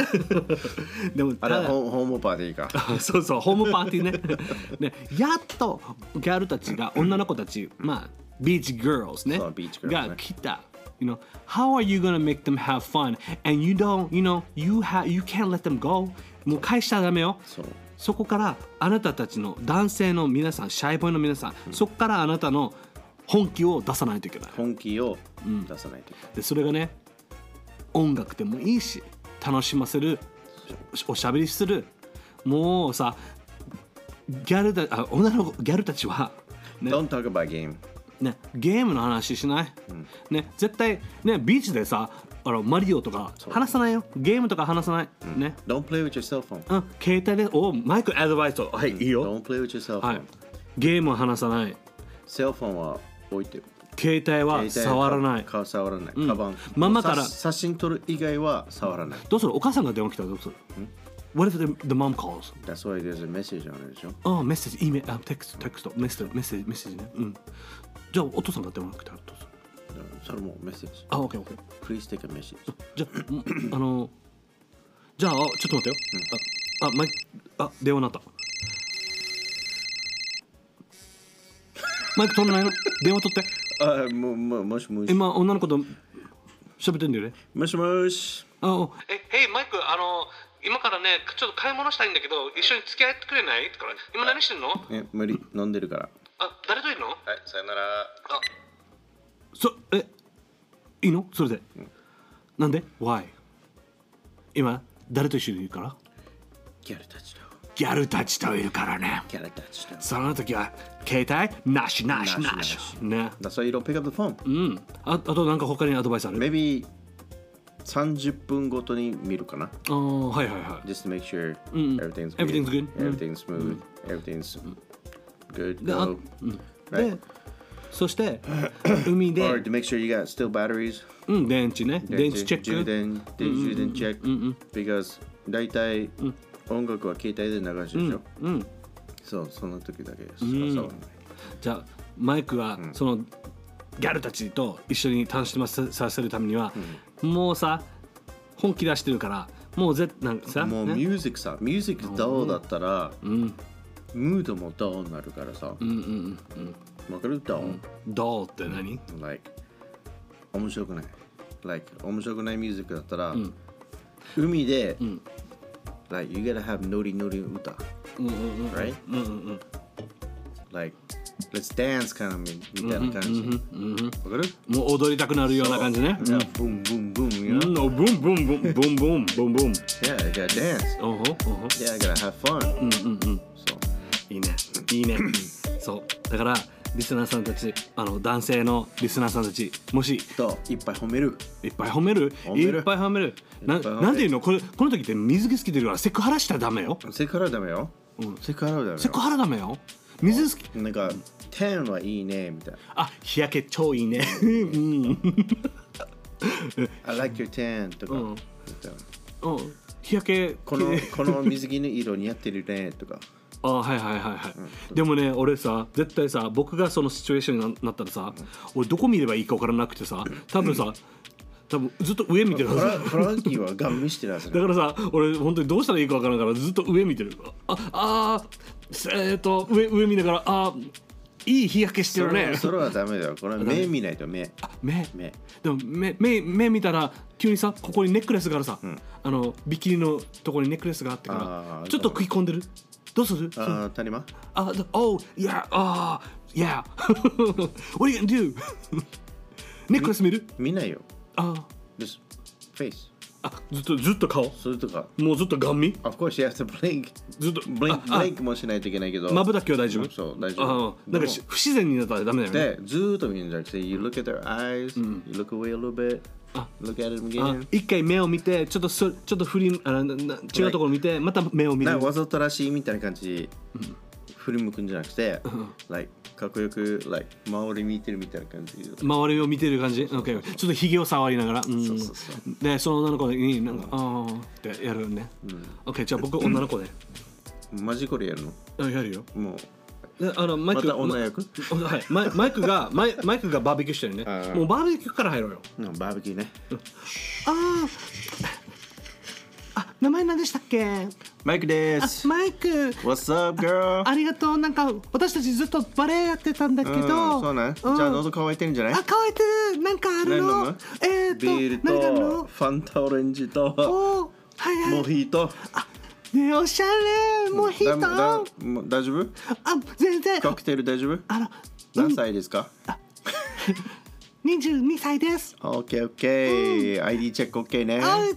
Speaker 1: でも
Speaker 3: あ
Speaker 1: た
Speaker 3: れ
Speaker 1: だ
Speaker 3: ホームホームパーティーか
Speaker 1: そうそうホームパーティーねねやっとギャルたちが女の子たちまあビーチギールズね
Speaker 3: そうビーチ girls ね
Speaker 1: が来た You know, how are you gonna make them have fun? And you don't, you know, you ha you can't let them go. もう返しちゃダメよ。
Speaker 3: そう
Speaker 1: そこからあなたたちの男性の皆さん、シャイボーイの皆さん、そこからあなたの本気を出さないといけない。
Speaker 3: 本気を出さないといけない、
Speaker 1: でそれがね音楽でもいいし楽しませるおおしゃべりするもうさギャルだあ女の子ギャルたちは、ね、
Speaker 3: Don't talk about game
Speaker 1: ね、ゲームの話しない、ね、絶対、ね、ビーチでさあのマリオとか話さないよゲームとか話さない、ね
Speaker 3: Don't play with your cell phone.
Speaker 1: うん、携帯でおマイクアドバイスをはい、いいよ、
Speaker 3: Don't play with your cell
Speaker 1: はい
Speaker 3: phone.
Speaker 1: ゲームは話さない
Speaker 3: セルフォンは置いてる。
Speaker 1: 携帯は触らない
Speaker 3: か触らない。カバン。
Speaker 1: ママから
Speaker 3: さ写真撮る以外は触らない。
Speaker 1: どうするお母さんが電話来たらどうする What if the, the mom calls?
Speaker 3: That's why there's a message on it でしょ。
Speaker 1: ああ、メッセージ、イメあ、テクスト、テクスト、メッセージ、メッセージ、メッセージね。うん。じゃあ、お父さんが電話来たらどうする
Speaker 3: だからそれもメッセージ。
Speaker 1: あ、オッケーオッケー。
Speaker 3: Please take a message.
Speaker 1: じゃあ、んあの、じゃあ、ちょっと待ってよ。あ、あ、マイあ、電話なった。マイク取んないの電話取って。
Speaker 3: あ、もももしもし。
Speaker 1: 今、女の子と喋ってんだよね。
Speaker 3: もしもし。
Speaker 1: あ、お
Speaker 6: え、ヘイマイク、あの、今からね、ちょっと買い物したいんだけど、一緒に付き合ってくれないとか、今何してんの
Speaker 3: え、無理。飲んでるから。
Speaker 6: あ、誰といるの
Speaker 1: そ、え、いいのそれで。なんで ?Why? 今、誰と一緒にいるから
Speaker 3: ギャルたちだ。
Speaker 1: ギャルたちといるからね。
Speaker 3: ギャルたちだ。
Speaker 1: その時は携帯なしなしな
Speaker 3: な
Speaker 1: し
Speaker 3: し
Speaker 1: ね
Speaker 3: That's why you don't pick up the phone.
Speaker 1: うんああとなんか他にアドバイスある
Speaker 3: Maybe 30分ごとに見るかな。
Speaker 1: あーはいはいはい
Speaker 3: Just to make sure everything's
Speaker 1: Everything's good.
Speaker 3: Everything's smooth. Everything's good.
Speaker 1: であ
Speaker 3: go.
Speaker 1: で
Speaker 3: Right.
Speaker 1: そして 海
Speaker 3: Or
Speaker 1: で
Speaker 3: to make sure you got still batteries.
Speaker 1: うん電池ね電池チェ
Speaker 3: 充
Speaker 1: ック
Speaker 3: 電、電池充電チェック。because 大体音楽は携帯で流してるでしょ。
Speaker 1: うん
Speaker 3: そう、その時だけです。そう
Speaker 1: じゃあマイクはそのギャルたちと一緒に楽しませさせるためにはもうさ本気出してるからもうぜなんかさ
Speaker 3: もう
Speaker 1: ね
Speaker 3: ミュージックさ、ミュージックダウだったら、ムードもダウになるからさ。わかるダウ
Speaker 1: どうって何
Speaker 3: like 面白くない like 面白くないミュージックだったら、海で、like you gotta have ノリノリ歌、right、like let's dance kind of みたいな感じわ、かる
Speaker 1: もう踊りたくなるような感じね
Speaker 3: じゃあブンブンブン you
Speaker 1: う
Speaker 3: know
Speaker 1: んおブンブンブンブンブンブンブン
Speaker 3: yeah I gotta dance
Speaker 1: おほおほ
Speaker 3: yeah I gotta have
Speaker 1: う
Speaker 3: fun
Speaker 1: んうんうん
Speaker 3: そう
Speaker 1: いいねいいねそうだからリスナーさんたちあの男性のリスナーさんたちもし
Speaker 3: といっぱい褒める
Speaker 1: いっぱい褒める
Speaker 3: める
Speaker 1: いっぱい褒めるない
Speaker 3: っぱい褒める
Speaker 1: なんていうのこれこの時って水着好きてるからセクハラしたらダメよ
Speaker 3: セクハラダメよ、うん、セクハラダメよ
Speaker 1: セクハラダメよ水着好き
Speaker 3: なんか10はいいねみたい
Speaker 1: あ日焼け超いいねうん
Speaker 3: な I like your tan とか、
Speaker 1: うん
Speaker 3: みたいな
Speaker 1: うん日焼け
Speaker 3: こ のこの水着の色似合ってるね とか
Speaker 1: あはいはいはいはい、でもね俺さ絶対さ僕がそのシチュエーションにななったらさ、俺どこ見ればいいか分からなくてさ多分さ多分ずっと上見てるは
Speaker 3: フ
Speaker 1: ず
Speaker 3: ラフランキーはガン見してるはず
Speaker 1: だ
Speaker 3: ね
Speaker 1: からさ俺本当にどうしたらいいかわからんからずっと上見てるああーえっ、と上上見ながらあーいい日焼けして
Speaker 3: そ
Speaker 1: るね
Speaker 3: れそれはダメだよこれは目見ないと目
Speaker 1: 目
Speaker 3: 目
Speaker 1: でも目目目見たら急にさここにネックレスがあるさ、あのビキニのとこにネックレスがあってか
Speaker 3: あー
Speaker 1: らちょっと食い込んでるどうする
Speaker 3: ああ谷間
Speaker 1: あ、the, oh, yeah, ah, yeah. What are you gonna do? ネックレス見る
Speaker 3: 見ないよ
Speaker 1: あ
Speaker 3: Just face
Speaker 1: あ、ずっと、ずっと顔
Speaker 3: それとか
Speaker 1: もうずっと顔見
Speaker 3: Of course you have to blink
Speaker 1: ずっと、
Speaker 3: blink
Speaker 1: あ
Speaker 3: blink もしないといけないけど
Speaker 1: まぶたきは大丈夫
Speaker 3: そう大丈
Speaker 1: あ
Speaker 3: 夫
Speaker 1: なんかし不自然になったらダメだよね。
Speaker 3: でずーっと見るんじゃなくて You look at their eyes You look away a little bit
Speaker 1: あ
Speaker 3: Look at them
Speaker 1: あ
Speaker 3: again
Speaker 1: 一回目を見て、ちょっとそちょっと振りあなな違うところを見て、また目を見る
Speaker 3: なんか。わざとらしいみたいな感じ振り向くんじゃなくて like かっこよく like 周り見てるみたいな感じ
Speaker 1: 周りを見てる感じ、OK、ちょっとひげを触りながら、うん
Speaker 3: そうそうそ
Speaker 1: でその女の子になんか、あーってやるね、OK じゃあ僕女の子で、
Speaker 3: マジこれやるの
Speaker 1: あやるよ
Speaker 3: もう
Speaker 1: であのマイ
Speaker 3: ま
Speaker 1: ク
Speaker 3: た女役
Speaker 1: はい、マイマイクがマイマイクがバーベキューしてるね
Speaker 3: ああ
Speaker 1: もうバーベキューから入ろうよ
Speaker 3: うんバーベキューね
Speaker 1: あああ名前何でしたっけ
Speaker 3: マイクです
Speaker 1: マイク
Speaker 3: What's up girl?
Speaker 1: ありがとうなんか私たちずっとバレエやってたんだけど、
Speaker 3: うんそうなんじゃあ喉乾いてるんじゃない
Speaker 1: あ乾いてるなんかある
Speaker 3: 何飲
Speaker 1: の
Speaker 3: む
Speaker 1: え
Speaker 3: ビー
Speaker 1: ー
Speaker 3: ル
Speaker 1: と何があるの
Speaker 3: とファンタオレンジと
Speaker 1: おーはいはい
Speaker 3: モヒート
Speaker 1: ねえおしゃれモヒー
Speaker 3: だだ
Speaker 1: ト
Speaker 3: もう大丈夫
Speaker 1: あ全然
Speaker 3: カクテル大丈夫
Speaker 1: あの
Speaker 3: 何歳ですか
Speaker 1: 22歳です、
Speaker 3: ?OKOKID チェック OK ね
Speaker 1: あオッケ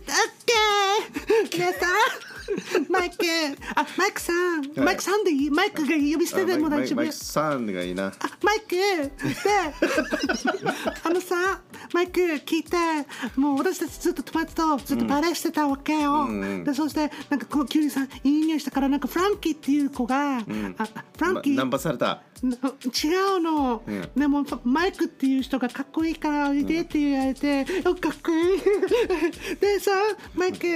Speaker 1: ー皆さんマイクあマイクさん、マイクさんでいいマイクが呼び捨てでも
Speaker 3: マイ
Speaker 1: 大
Speaker 3: ク
Speaker 1: 丈夫
Speaker 3: マイ
Speaker 1: よ
Speaker 3: クさんがいいな。
Speaker 1: マイクであのさマイク聞いてもう私たちずっと友達とずっとバレーしてたわけよ、でそしてなんかこう急にさいい匂いしたからなんかフランキーっていう子が、あフランキー、
Speaker 3: ナンパされた。
Speaker 1: な違うの、
Speaker 3: ん
Speaker 1: でもマイクっていう人がかっこいいからおいでって言われて、おかっこいい でさマイク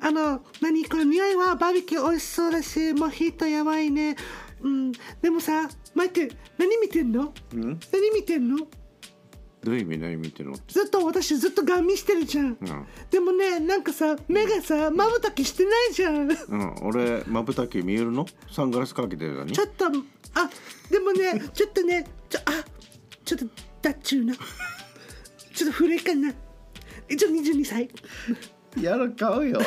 Speaker 1: あの何この匂いはバーベキュー美味しそうだしもうヒートやばいねうんでもさマイク何見てんの何見てんの
Speaker 3: どういう意味何見てるの
Speaker 1: ずっと私ずっとガン見してるじゃん、でもねなんかさ目がさまぶたきしてないじゃん
Speaker 3: うん、俺、まぶたき見えるのサングラスかけてるのに
Speaker 1: ち。ょっとあでもねちょっとねちょあちょっとだっちゅうなちょっと古いかな一応22歳
Speaker 3: やる顔よ。
Speaker 1: ね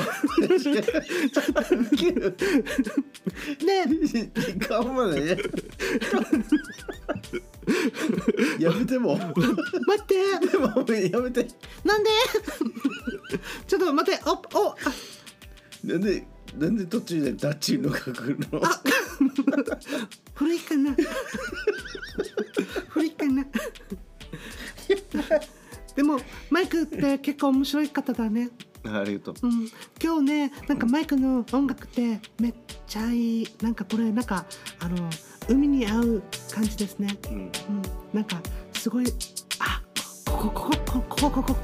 Speaker 3: 顔までね。やめてもう。
Speaker 1: 待って
Speaker 3: でもやめて。
Speaker 1: なんでちょっと待っておおあ
Speaker 3: なんで、なんで途中でダッチの書くの
Speaker 1: 古いかな古いかなでもマイクって結構面白い方だね
Speaker 3: ありがとう。
Speaker 1: うん、今日ねなんかマイクの音楽ってめっちゃいいなんかこれなんかあの海に合う感じですね、うんなんかすごいあこここここここここ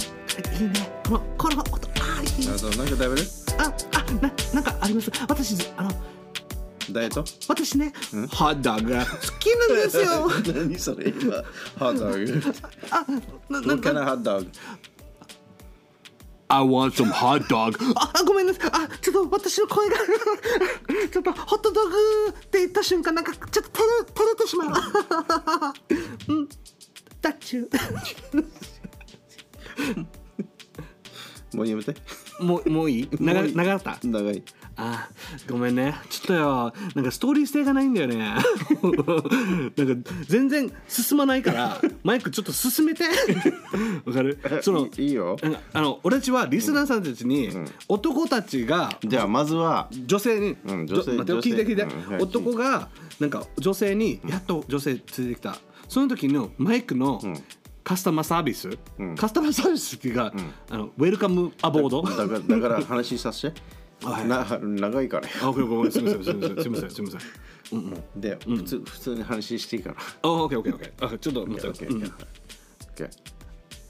Speaker 1: いいねこのこの音あいい
Speaker 3: あと、なんか食べる
Speaker 1: ああななんかあります私あの
Speaker 3: ダイエット
Speaker 1: 私ね
Speaker 7: 肌が
Speaker 1: 好きなんですよ
Speaker 3: 何それ今、ハットドッグ。
Speaker 1: あななん
Speaker 3: What
Speaker 1: か
Speaker 3: kind of hot dog?
Speaker 7: I want some hot dog
Speaker 1: ああごめんなさいあちょっと私の声が ちょっとホットドッグって言った瞬間なんかちょっと照れ照れてしまううんだっちゅう
Speaker 3: もうやめて。
Speaker 8: もうもういい長長かった
Speaker 3: 長い。
Speaker 8: あごめんねちょっとよなんかストーリー性がないんだよね なんか全然進まないからマイクちょっと進めてわかるその
Speaker 3: いいいよ
Speaker 8: なんかあの俺たちはリスナーさんたちに男たちが
Speaker 3: じゃあ、まずは、
Speaker 8: 女性に、
Speaker 3: うん
Speaker 8: じょ
Speaker 3: 女性
Speaker 8: 待ってよ
Speaker 3: 女性
Speaker 8: 聞いて聞いて、
Speaker 3: うんはい
Speaker 8: 男がなんか女性にやっと女性連れてきた、その時のマイクの、カスタマーサービス、
Speaker 3: ん
Speaker 8: カスタマーサービスっていうか、あのウェルカムアボード
Speaker 3: だからだから話させて。な長いから。
Speaker 8: あ、オッケーごめん、すみません、すみません、すみません、すみません。
Speaker 3: で、普通普通に話していいから。
Speaker 8: あ、オッケー、オッケー、オッケー。あ、ちょっと待って。うん
Speaker 3: OK。OK。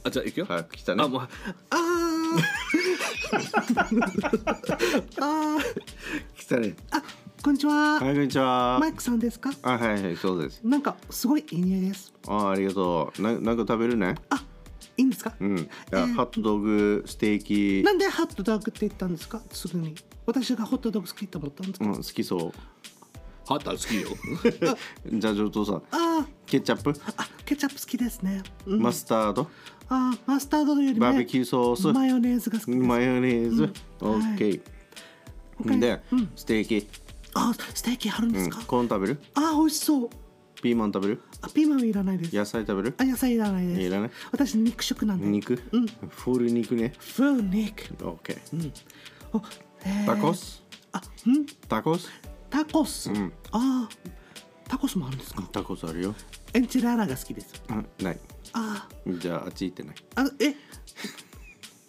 Speaker 8: あ、じゃあ行くよ。
Speaker 3: 早く来たね
Speaker 8: あ、。もう
Speaker 3: 来たね。
Speaker 1: あこんにちは、
Speaker 3: はい、こんにちは。
Speaker 1: マイクさんですか
Speaker 3: あ、はいはい、そうです。
Speaker 1: なんかすごいいい匂いです
Speaker 3: あ、ありがとう。ななんか食べるね。
Speaker 1: あいいんですか、
Speaker 3: うん。いや
Speaker 1: えー
Speaker 3: ハットドッグ、ステーキ
Speaker 1: な、んでハットドッグって言ったんですかすぐに私がホットドッグ好きと思ったんです
Speaker 3: う
Speaker 1: か、
Speaker 3: ん、好きそう。
Speaker 8: ハッター好きよ。
Speaker 3: じゃあ、お父さん、
Speaker 1: あ
Speaker 3: ケチャップ、
Speaker 1: ーあケチャップ好きですね、うん、
Speaker 3: マスタード、
Speaker 1: あーマスタードよりも
Speaker 3: バーベキューソース
Speaker 1: マヨネーズが好きです
Speaker 3: マヨネーズ、オッ
Speaker 1: は
Speaker 3: ケー。
Speaker 1: い
Speaker 3: で、ステーキ、
Speaker 1: あステーキあるんで
Speaker 3: う
Speaker 1: す
Speaker 3: ん、
Speaker 1: か、
Speaker 3: コーン食べる
Speaker 1: あー美味しそう
Speaker 3: ピーマン食べる
Speaker 1: あピーマンはいらないです
Speaker 3: 野菜食べる
Speaker 1: あ野菜いらないです
Speaker 3: いらない
Speaker 1: 私肉食なんで
Speaker 3: 肉
Speaker 1: うん
Speaker 3: フル肉ね。
Speaker 1: フー肉
Speaker 3: オッケー。
Speaker 1: おえー
Speaker 3: タコス
Speaker 1: あうん
Speaker 3: タコス
Speaker 1: タコス、
Speaker 3: ん
Speaker 1: あータコスもあるんですか
Speaker 3: タコスあるよ。
Speaker 1: エンチラーラが好きです
Speaker 3: あない。
Speaker 1: あ
Speaker 3: じゃあ、あっち行ってない。
Speaker 1: ーあ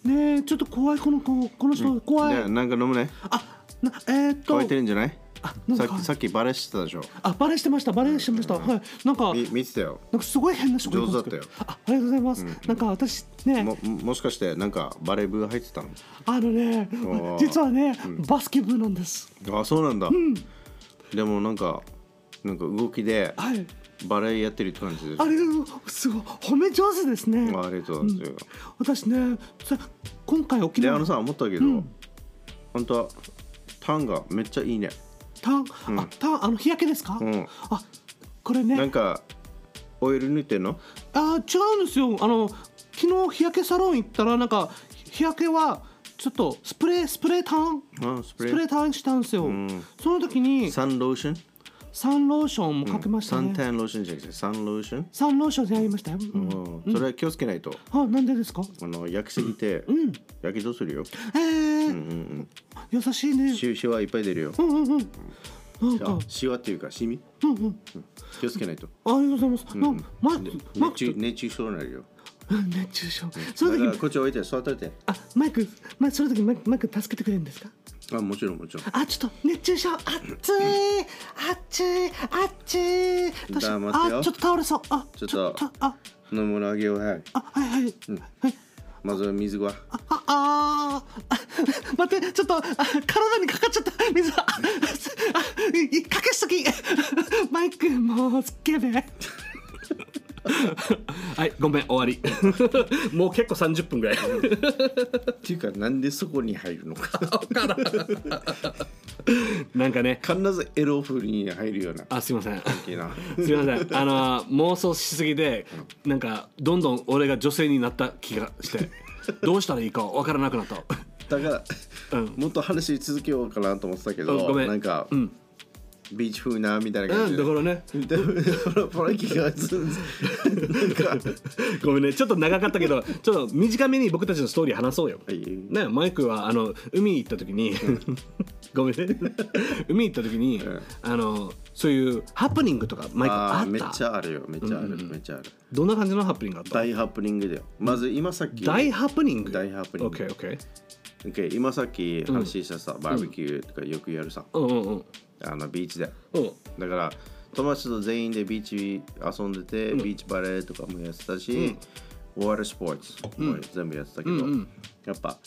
Speaker 1: えねえちょっと怖いこの子この人、怖
Speaker 3: じ
Speaker 1: い
Speaker 3: ゃあ、なんか飲むね。
Speaker 1: あなえー、っと
Speaker 3: 乾いてるんじゃない
Speaker 1: あなん
Speaker 3: さ
Speaker 1: か
Speaker 3: っきさっきバレしてたでしょ。
Speaker 1: あバレしてましたバレしてました、はいなんか
Speaker 3: み見てたよ。
Speaker 1: なんかすごい変な人がいたんですけど
Speaker 3: 上手だ
Speaker 1: あありがとうございます、なんか私ね
Speaker 3: ももしかしてなんかバレー部入ってたの
Speaker 1: あのね
Speaker 3: ー
Speaker 1: 実はね、バスケ部なんです
Speaker 3: あそうなんだ、でもなんかなんか動きで
Speaker 1: はい
Speaker 3: バレーやってるって感じで
Speaker 1: あれすごい褒め上手ですね
Speaker 3: ありがとうございます
Speaker 1: 私ねさ今回沖
Speaker 3: で
Speaker 1: 縄
Speaker 3: あのさ思ったけど、本当はタンがめっちゃいいね
Speaker 1: タン、あタンあの日焼けですか、
Speaker 3: ん
Speaker 1: あこれ
Speaker 3: なん
Speaker 1: ね
Speaker 3: かオイル塗ってんの
Speaker 1: あ違うんですよあの昨日日焼けサロン行ったらなんか日焼けはちょっとスプレースプレータン
Speaker 3: あス
Speaker 1: スプ
Speaker 3: プレ
Speaker 1: レ
Speaker 3: ー
Speaker 1: ータンしたんですよ、その時に
Speaker 3: サンローション
Speaker 5: サンローションもかけました
Speaker 3: サン
Speaker 5: ね。
Speaker 3: タンローションじゃなくてサンローション、
Speaker 5: サンローションでやりましたよ。うん
Speaker 3: うんそれは気をつけないと
Speaker 5: あ、なんでですか。
Speaker 3: あの焼きすぎて、やけどするよ、
Speaker 5: ええ
Speaker 3: うんうん
Speaker 5: 優しい
Speaker 3: うん、
Speaker 5: ね。
Speaker 3: ししわいっぱい出るよ
Speaker 5: うんうんうん。なんか
Speaker 3: あ、しわっていうかしみ、
Speaker 5: うんうん。
Speaker 3: 気をつけないと
Speaker 5: ありがとうございます。なんかマ
Speaker 3: で
Speaker 5: イク、マ
Speaker 3: 熱
Speaker 5: イク
Speaker 3: 中
Speaker 5: と、
Speaker 3: 熱中症になるよ
Speaker 5: うん熱中症。そ
Speaker 3: だ
Speaker 5: の
Speaker 3: か
Speaker 5: 時
Speaker 3: らこっち置いて座っといて
Speaker 5: あ、マイク、まその時マイク、マイク助けてくれるんですか。
Speaker 3: あもちろんもちろん
Speaker 5: あ、ちょっと熱中症、熱い、熱い、熱い。どうしよう
Speaker 3: 黙ってよ
Speaker 5: あ、ちょっと倒れそう。あ、
Speaker 3: ち
Speaker 5: ち
Speaker 3: ょ
Speaker 5: ょ
Speaker 3: っ
Speaker 5: っ
Speaker 3: と
Speaker 5: と、あ、
Speaker 3: 飲むのあげようはい
Speaker 5: あ、はいはい。はい
Speaker 3: まずは水が
Speaker 5: あああーあ待ってちょっとあ体にかかっちゃった水ああいいかけすぎマイクもうすっげえべ
Speaker 1: はいごめん終わりもう結構30分ぐらい
Speaker 3: っていうかなんでそこに入るのか
Speaker 1: なんかね
Speaker 3: 必ずエロ風に入るような
Speaker 1: あすいません
Speaker 3: いいな
Speaker 1: すみませんあの妄想しすぎでなんかどんどん俺が女性になった気がしてどうしたらいいか分からなくなった
Speaker 3: だから、
Speaker 1: うん
Speaker 3: もっと話し続けようかなと思ってたけど、
Speaker 1: うんごめん
Speaker 3: なんか、
Speaker 1: うん
Speaker 3: ビーチ風なみたいな
Speaker 1: う
Speaker 3: 感じ
Speaker 1: ん
Speaker 3: で、
Speaker 1: だからね
Speaker 3: でもパラキがずなんか
Speaker 1: ごめんねちょっと長かったけどちょっと短めに僕たちのストーリー話そうよ
Speaker 3: はい
Speaker 1: ねマイクはあの海行った時に ごめんね海行った時に
Speaker 3: うん
Speaker 1: あのそういうハプニングとかマイクあっ
Speaker 3: あー
Speaker 1: た
Speaker 3: めっちゃあるよめっちゃある、めっちゃある
Speaker 1: どんな感じのハプニングあった
Speaker 3: 大ハプニングだよまず今さっき
Speaker 1: 大ハプニング
Speaker 3: 大ハプニング
Speaker 1: OKOK、OK OK
Speaker 3: OK 今さっき話したさ、バーベキューとかよくやるさ、
Speaker 1: うんうんうん
Speaker 3: あのビーチで
Speaker 1: うん
Speaker 3: だから友達と全員でビーチ遊んでて、ビーチバレーとかもやってたし、ウォータースポーツも全部やってたけど、やっぱ、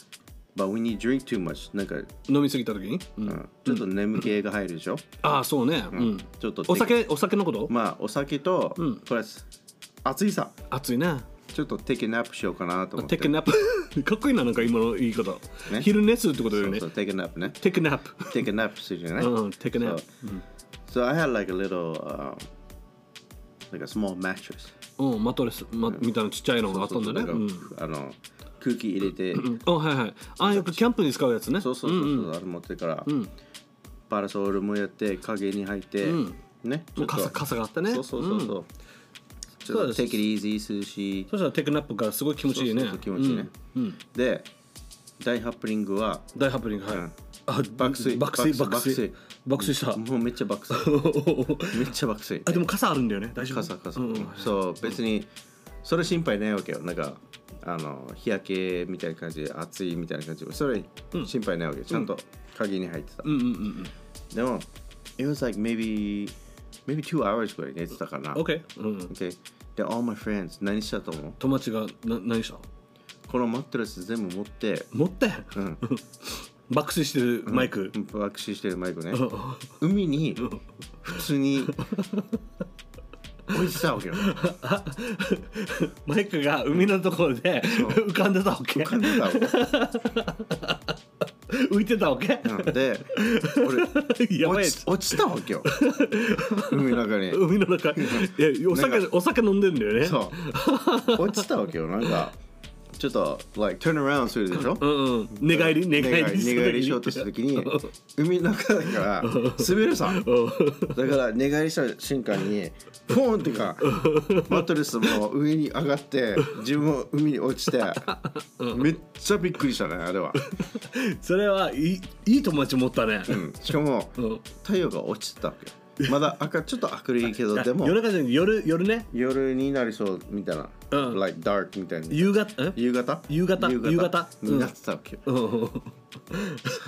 Speaker 3: But when you drink too much なんか、
Speaker 1: 飲みすぎた時に、うん
Speaker 3: うんちょっと眠気が入るでしょ、
Speaker 1: ああそうね、うん
Speaker 3: ちょっと
Speaker 1: お酒お酒のこと、
Speaker 3: まあお酒と、これ暑いさ
Speaker 1: 熱いね
Speaker 3: ちょっとテケナップしようかなと思って
Speaker 1: テックナッ プかっこいいななんか今の言い方、
Speaker 3: ね
Speaker 1: 昼寝するってことだよね
Speaker 3: そうそうテケナップね
Speaker 1: テックナップ
Speaker 3: テケナップするじゃない、
Speaker 1: うん take a nap
Speaker 3: so, so I had like a little、uh, like a small mattress
Speaker 1: うんマットレス、ま、みたいなちっちゃいのがあったんだね
Speaker 3: そううんそうなんかあの空気入れて、
Speaker 1: あはいはいあよくキャンプに使うやつね
Speaker 3: そうそうそうそう、あれ持ってから、パラソルもやって影に入って、ねちょっと
Speaker 1: 傘傘があってね
Speaker 3: そうそうそうそう、ちょっ
Speaker 1: そ
Speaker 3: と
Speaker 1: う
Speaker 3: take
Speaker 1: です
Speaker 3: it easy するし
Speaker 1: そしたらテックナップからすごい気持ちいいね
Speaker 3: そうそうそう気持ちいいね、で大ハプニングは
Speaker 1: 大ハプニングはい、
Speaker 3: うん
Speaker 1: あ
Speaker 3: 爆睡
Speaker 1: 爆睡
Speaker 3: 爆
Speaker 1: 爆
Speaker 3: 睡
Speaker 1: 睡爆睡した、
Speaker 3: もうめっちゃ爆睡めっちゃ爆 睡
Speaker 1: あでも傘あるんだよね大丈夫
Speaker 3: 傘傘、そう別にそれ心配ないわけよなんかあの日焼けみたいな感じで暑いみたいな感じでそれ心配ないわけ、ちゃんと鍵に入ってた、
Speaker 1: うんうんうん
Speaker 3: でも it was like maybe maybe two hours ぐらい寝てたかな
Speaker 1: うん OK、うん、
Speaker 3: okay で all my friends 何したと思う
Speaker 1: 友達がな何した
Speaker 3: このマットレス全部持って
Speaker 1: 持って、
Speaker 3: ん
Speaker 1: 爆睡してるマイク、
Speaker 3: 爆死してるマイクね海に普通に置 いてたわけよ
Speaker 1: マイクが海のところで浮かんでたわけ
Speaker 3: 感じたわけ
Speaker 1: 浮いてたわけ、
Speaker 3: うんで俺
Speaker 1: やばいや
Speaker 3: 落ち
Speaker 1: つ
Speaker 3: 落ちたわけ よ海の中に
Speaker 1: 海の中いやお酒
Speaker 3: なん
Speaker 1: お酒飲んでんだよね
Speaker 3: そう落ちたわけよなんかちょっと like turn around するでしょ
Speaker 1: う、んうん、寝返り寝
Speaker 3: 寝
Speaker 1: 返
Speaker 3: 返
Speaker 1: り
Speaker 3: り
Speaker 1: す
Speaker 3: 寝
Speaker 1: る
Speaker 3: 返りしようとした時に海の中だから滑るさだから寝返りした瞬間にポーンってかマットレスも上に上がって自分も海に落ちてめっちゃびっくりしたねあれは、
Speaker 1: それはいいいい友達持ったね、
Speaker 3: うんしかも
Speaker 1: うん
Speaker 3: 太陽が落ちてたわけよまだ赤ちょっと明るいけどでも
Speaker 1: 夜中じゃなくて夜夜ね
Speaker 3: 夜になりそうみたいな、
Speaker 1: うん
Speaker 3: like dark みたいな
Speaker 1: 夕方え
Speaker 3: 夕方
Speaker 1: 夕方夕方
Speaker 3: になってたわけよ、
Speaker 1: うん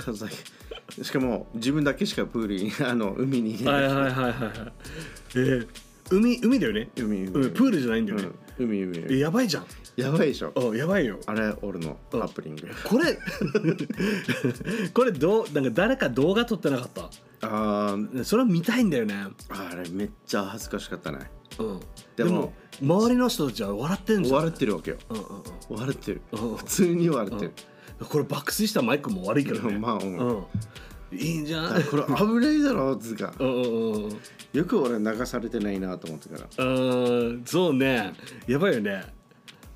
Speaker 3: そうそうしかも自分だけしかプールに あの海に、
Speaker 1: はいはいはいはいはいえー海海だよね
Speaker 3: 海海
Speaker 1: うんプールじゃないんだよ
Speaker 3: う
Speaker 1: ね
Speaker 3: ん、海海
Speaker 1: え
Speaker 3: 海
Speaker 1: やばいじゃん
Speaker 3: やばいでしょ
Speaker 1: あやばいよ
Speaker 3: あれ俺のハプニング、
Speaker 1: これ これどうなんか誰か動画撮ってなかった
Speaker 3: あー
Speaker 1: それは見たいんだよね、
Speaker 3: あれめっちゃ恥ずかしかったね
Speaker 1: うん、
Speaker 3: でも
Speaker 1: 周りの人たちは笑ってんじゃん
Speaker 3: 笑ってるわけよ
Speaker 1: うんうんうん
Speaker 3: 笑ってる
Speaker 1: うん
Speaker 3: 普通に笑ってる、
Speaker 1: これ爆睡したマイクも悪いけどね、
Speaker 3: まあ、う、
Speaker 1: うんん、いいんじゃん
Speaker 3: これ危ないだろつうか
Speaker 1: うんうんうんうん
Speaker 3: よく俺流されてないなと思ってから
Speaker 1: うーんそうねやばいよね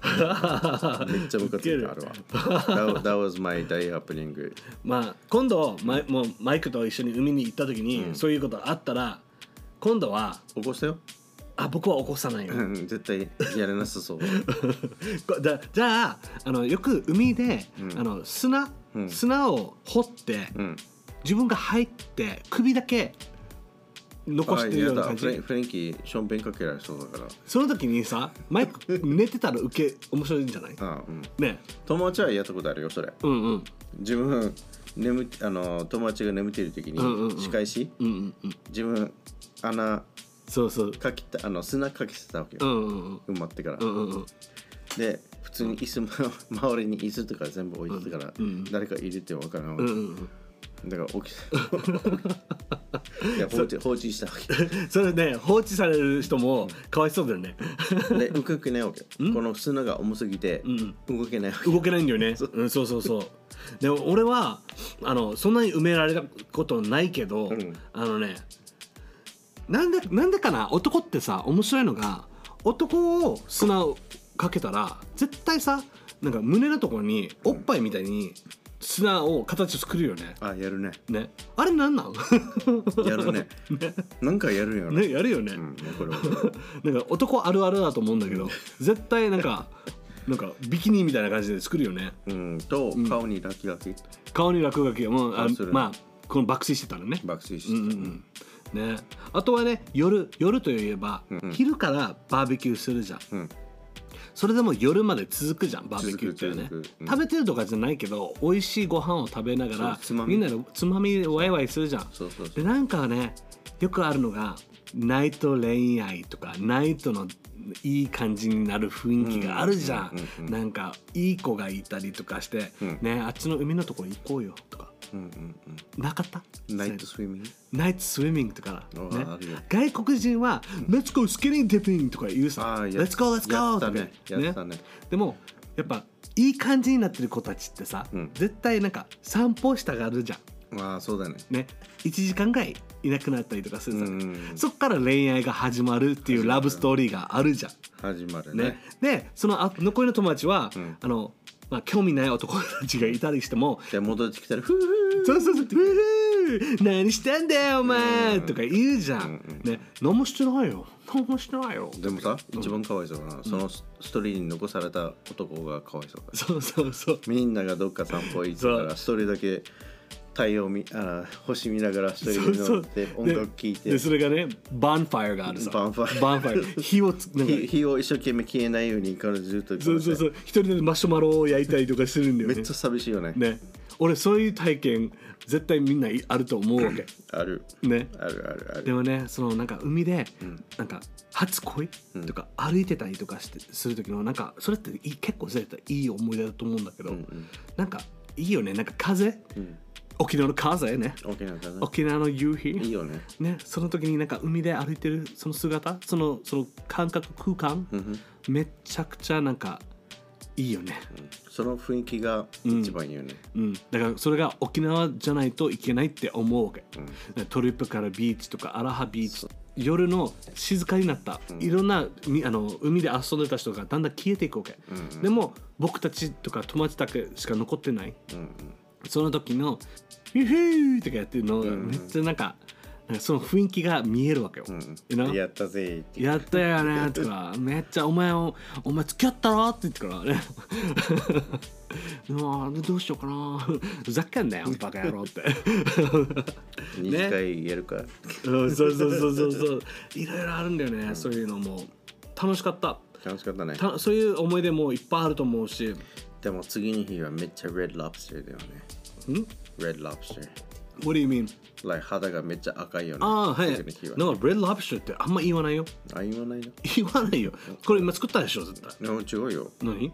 Speaker 3: めっちゃムカつい たあれは that, was- that was my day happening
Speaker 1: まあ今度マイもうマイクと一緒に海に行った時に、そういうことあったら今度は
Speaker 3: 起こしたよ。
Speaker 1: あ僕は起こさないよ
Speaker 3: うん絶対やれなさそう。
Speaker 1: こだじゃああのよく海で、
Speaker 3: うん
Speaker 1: あの砂、
Speaker 3: うん
Speaker 1: 砂を掘って、
Speaker 3: うん。
Speaker 1: 自分が入って首だけ残してるような
Speaker 3: あ
Speaker 1: 感
Speaker 3: やだフレ
Speaker 1: じ
Speaker 3: ンフレンキー、ションペンかけられそうだから。
Speaker 1: その時にさマイク寝てたら受け面白いんじゃない
Speaker 3: あうん。
Speaker 1: ね
Speaker 3: 友達はやったことあるよ、それ。
Speaker 1: うんうん
Speaker 3: 自分、眠っあの友達が眠っている時
Speaker 1: うんうんう
Speaker 3: に
Speaker 1: ん
Speaker 3: 仕返し、
Speaker 1: うんうんうん
Speaker 3: 自分、穴
Speaker 1: そうそう
Speaker 3: かけた、あの砂かけてたわけ
Speaker 1: う
Speaker 3: よ。
Speaker 1: んうん
Speaker 3: 埋まってから。
Speaker 1: うんうんうん
Speaker 3: で、普通に椅子、ま、 周りに椅子とか全部置いてたから、
Speaker 1: うんうん
Speaker 3: 誰かいるって分からんわ
Speaker 1: う
Speaker 3: け
Speaker 1: んうんうん
Speaker 3: だから起きいや放置放置したわけ
Speaker 1: それね放置される人もかわいそうだよね
Speaker 3: で動けないわけこの砂が重すぎて
Speaker 1: ん
Speaker 3: 動けないわけ
Speaker 1: 動けないんだよねうんそうそうそうでも俺はあのそんなに埋められたことないけど、
Speaker 3: ん
Speaker 1: あのねなんでなんでかな男ってさ面白いのが男を砂をかけたら絶対さなんか胸のところにおっぱいみたいに砂を形を作るよね。
Speaker 3: あやるね
Speaker 1: ね、あれなんなん
Speaker 3: やるねなんかやるよね
Speaker 1: ねやるよね、
Speaker 3: うんこれは
Speaker 1: なんか男あるあるだと思うんだけど絶対なんかなんかビキニみたいな感じで作るよね
Speaker 3: うんと顔にラキラキ
Speaker 1: 顔に落書きもうあ
Speaker 3: あそれ
Speaker 1: まあこの爆睡してたらね
Speaker 3: 爆睡し
Speaker 1: うんう
Speaker 3: て
Speaker 1: んうんねあとはね夜夜といえば、昼からバーベキューするじゃん、
Speaker 3: うん
Speaker 1: それでも夜まで続くじゃんバーベキューってね、
Speaker 3: 続く続くうん
Speaker 1: 食べてるとかじゃないけど美味しいご飯を食べながら
Speaker 3: そうつまみ
Speaker 1: みんなでつまみでワイワイするじゃん
Speaker 3: そうそうそ
Speaker 1: でなんかねよくあるのがナイト恋愛とかナイトのいい感じになる雰囲気があるじゃん,、なんかいい子がいたりとかして、ねあっちの海のところ行こうよとか
Speaker 3: ううんうん
Speaker 1: なかった
Speaker 3: うんナイトスイミング
Speaker 1: ナイトスイミングとか、
Speaker 3: あ
Speaker 1: ね
Speaker 3: あるよ、
Speaker 1: 外国人は「Let's go skinny dipping」とか言うさ「
Speaker 3: あや
Speaker 1: Let's go let's
Speaker 3: や
Speaker 1: go」と
Speaker 3: った
Speaker 1: か
Speaker 3: ねやったね
Speaker 1: でもやっぱいい感じになってる子たちってさ、
Speaker 3: うん
Speaker 1: 絶対なんか散歩したがるじゃん
Speaker 3: ああそうだね
Speaker 1: ね1時間ぐらいいなくなったりとかするさ、
Speaker 3: うん
Speaker 1: そっから恋愛が始まるっていうラブストーリーがあるじゃん
Speaker 3: 始まる
Speaker 1: ね
Speaker 3: ね、
Speaker 1: でそのあ残りの友達は、
Speaker 3: ん
Speaker 1: あのまあ、興味ない男たちがいたりしても
Speaker 3: で戻ってきたらフーフー
Speaker 1: そうそうそう、うふ何してんだよ、お前、とか言うじゃん。ね、何もしてないよ。何もしてないよ。
Speaker 3: でもさ一番かわいそうなのはそのストーリーに残された男がかわいそうだ
Speaker 1: そうそうそう。
Speaker 3: みんながどっか散歩行った
Speaker 1: そ
Speaker 3: ら一人だけ太陽見あ星見ながら
Speaker 1: そ
Speaker 3: 一人
Speaker 1: う
Speaker 3: で
Speaker 1: そ
Speaker 3: 乗っ
Speaker 1: う
Speaker 3: て音
Speaker 1: で
Speaker 3: 楽聴いて
Speaker 1: でそれがねバンファイアがあるさ
Speaker 3: バンファイア
Speaker 1: バンファイア火をつなんか
Speaker 3: 火火を一生懸命消えないように彼女ずっと
Speaker 1: そうそうそう一人でマシュマロを焼いたりとかしてるんだよ
Speaker 3: め
Speaker 1: ね
Speaker 3: っちゃ寂しいよね
Speaker 1: ね俺そういう体験絶対みんないあると思うわけ
Speaker 3: ある
Speaker 1: ね
Speaker 3: あるあるあ
Speaker 1: で
Speaker 3: る
Speaker 1: もねそのなんか海で、なんか初恋
Speaker 3: ん
Speaker 1: とか歩いてたりとかしてする時のなんかそれっていい結構絶対いい思い出だと思うんだけど、
Speaker 3: ん
Speaker 1: なんかいいよねなんか風
Speaker 3: うん
Speaker 1: 沖縄の風ね
Speaker 3: 大きな方ね
Speaker 1: 沖縄の夕日
Speaker 3: いいよね
Speaker 1: ね、その時になんか海で歩いてるその姿そのその感覚空間、
Speaker 3: うん
Speaker 1: めちゃくちゃなんかいいよね、
Speaker 3: その雰囲気が一番いいよね
Speaker 1: うん、だからそれが沖縄じゃないといけないって思うわけ、トリップからビーチとかアラハビーチ夜の静かになった、いろんなみあの海で遊んでた人がだんだん消えていくわけ、でも僕たちとか友達だけしか残ってない、その時の「ユーヒュー!」とかやってるのがめっちゃなんか,、なんかその雰囲気が見えるわけよ、you know？
Speaker 3: やったぜって
Speaker 1: やったよねとかめっちゃお前をお前付き合ったろって言ってからね うわどうしようかなふざけんなよバカ野郎って
Speaker 3: 二次会やるか
Speaker 1: うんそうそうそうそうそういろいろあるんだよね、そういうのも楽しかった
Speaker 3: 楽しかったね
Speaker 1: たそういう思い出もいっぱいあると思うし
Speaker 3: でも次の日はめっちゃ Red Lobster だよね
Speaker 1: ん
Speaker 3: Red Lobster
Speaker 1: What do you mean?
Speaker 3: like 肌がめっちゃ赤いよね
Speaker 1: ああはいなん
Speaker 3: 次
Speaker 1: か
Speaker 3: の日は
Speaker 1: Red Lobster ってあんま言わないよ
Speaker 3: あ言わないの
Speaker 1: 言わないよこれ今作ったでしょ絶対
Speaker 3: でも違うよ
Speaker 1: 何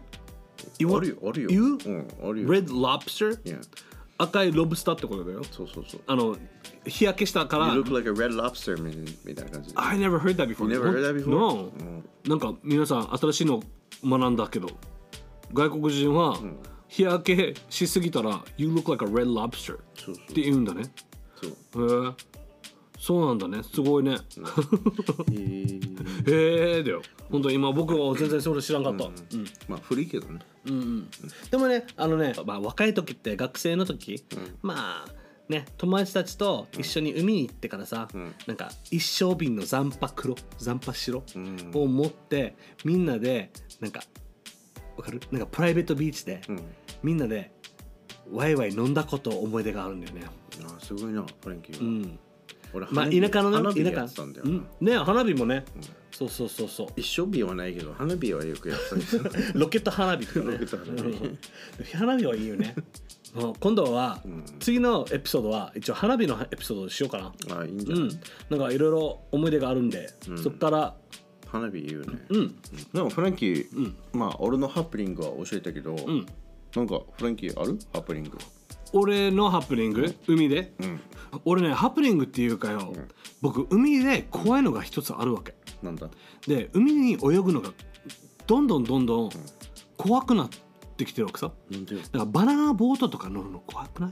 Speaker 1: 言
Speaker 3: あ
Speaker 1: わ
Speaker 3: るよ、あるよ。
Speaker 1: 言う
Speaker 3: うん、あるよ。
Speaker 1: Red Lobster?
Speaker 3: いや、
Speaker 1: 赤いロブスターってことだよ
Speaker 3: そうそうそう。
Speaker 1: あの日焼けしたから
Speaker 3: You look like a red lobster みたいなみたいな感じ。
Speaker 1: I never heard that before.
Speaker 3: You never heard that before?
Speaker 1: No.、
Speaker 3: うん
Speaker 1: なんか皆さん新しいの学んだけど、外国人は日焼けしすぎたら、You look like a red lobster
Speaker 3: そうそう
Speaker 1: って言うんだね。
Speaker 3: そう。
Speaker 1: へえ。そうなんだね。すごいね。
Speaker 3: えー、
Speaker 1: へえだよ。本当今僕は全然それ知らんかった。うん
Speaker 3: まあ古いけどね。
Speaker 1: でもねあのね、まあ、若い時って学生の時、まあね友達たちと一緒に海に行ってからさ、
Speaker 3: ん
Speaker 1: なんか一升瓶の残波黒残波白
Speaker 3: うん
Speaker 1: を持ってみんなでなんかわかるなんかプライベートビーチで、
Speaker 3: うん
Speaker 1: みんなでワイワイ飲んだこと思い出があるんだよね
Speaker 3: あすごいなフランキーは、
Speaker 1: うん
Speaker 3: 俺
Speaker 1: まあ
Speaker 3: 花火
Speaker 1: 田舎のね
Speaker 3: 花火
Speaker 1: 田舎
Speaker 3: やってたんだよ
Speaker 1: う
Speaker 3: なん
Speaker 1: ね花火もね、そうそうそうそう
Speaker 3: 一生日はないけど花火はよくやってたんですよ
Speaker 1: ロケット花火とかね
Speaker 3: ロケット花火
Speaker 1: うん花火はいいよね うん今度は、次のエピソードは一応花火のエピソードにしよ うかな
Speaker 3: あいいん
Speaker 1: う
Speaker 3: じゃない、
Speaker 1: んなんかいろいろ思い出があるんで、
Speaker 3: うん
Speaker 1: そっから
Speaker 3: 花火いいよね、
Speaker 1: うん
Speaker 3: でもフランキー、
Speaker 1: うん
Speaker 3: まあ俺のハプニングは教えたけど、
Speaker 1: うん
Speaker 3: なんかフランキーあるハプニング
Speaker 1: 俺のハプニング海で、
Speaker 3: うん
Speaker 1: 俺ねハプニングっていうかよ、僕海で怖いのが一つあるわけ
Speaker 3: なんだ
Speaker 1: で海に泳ぐのがどんどんどんどん怖くなってきてるわけさ
Speaker 3: なんでよ
Speaker 1: だからバナナボートとか乗るの怖くない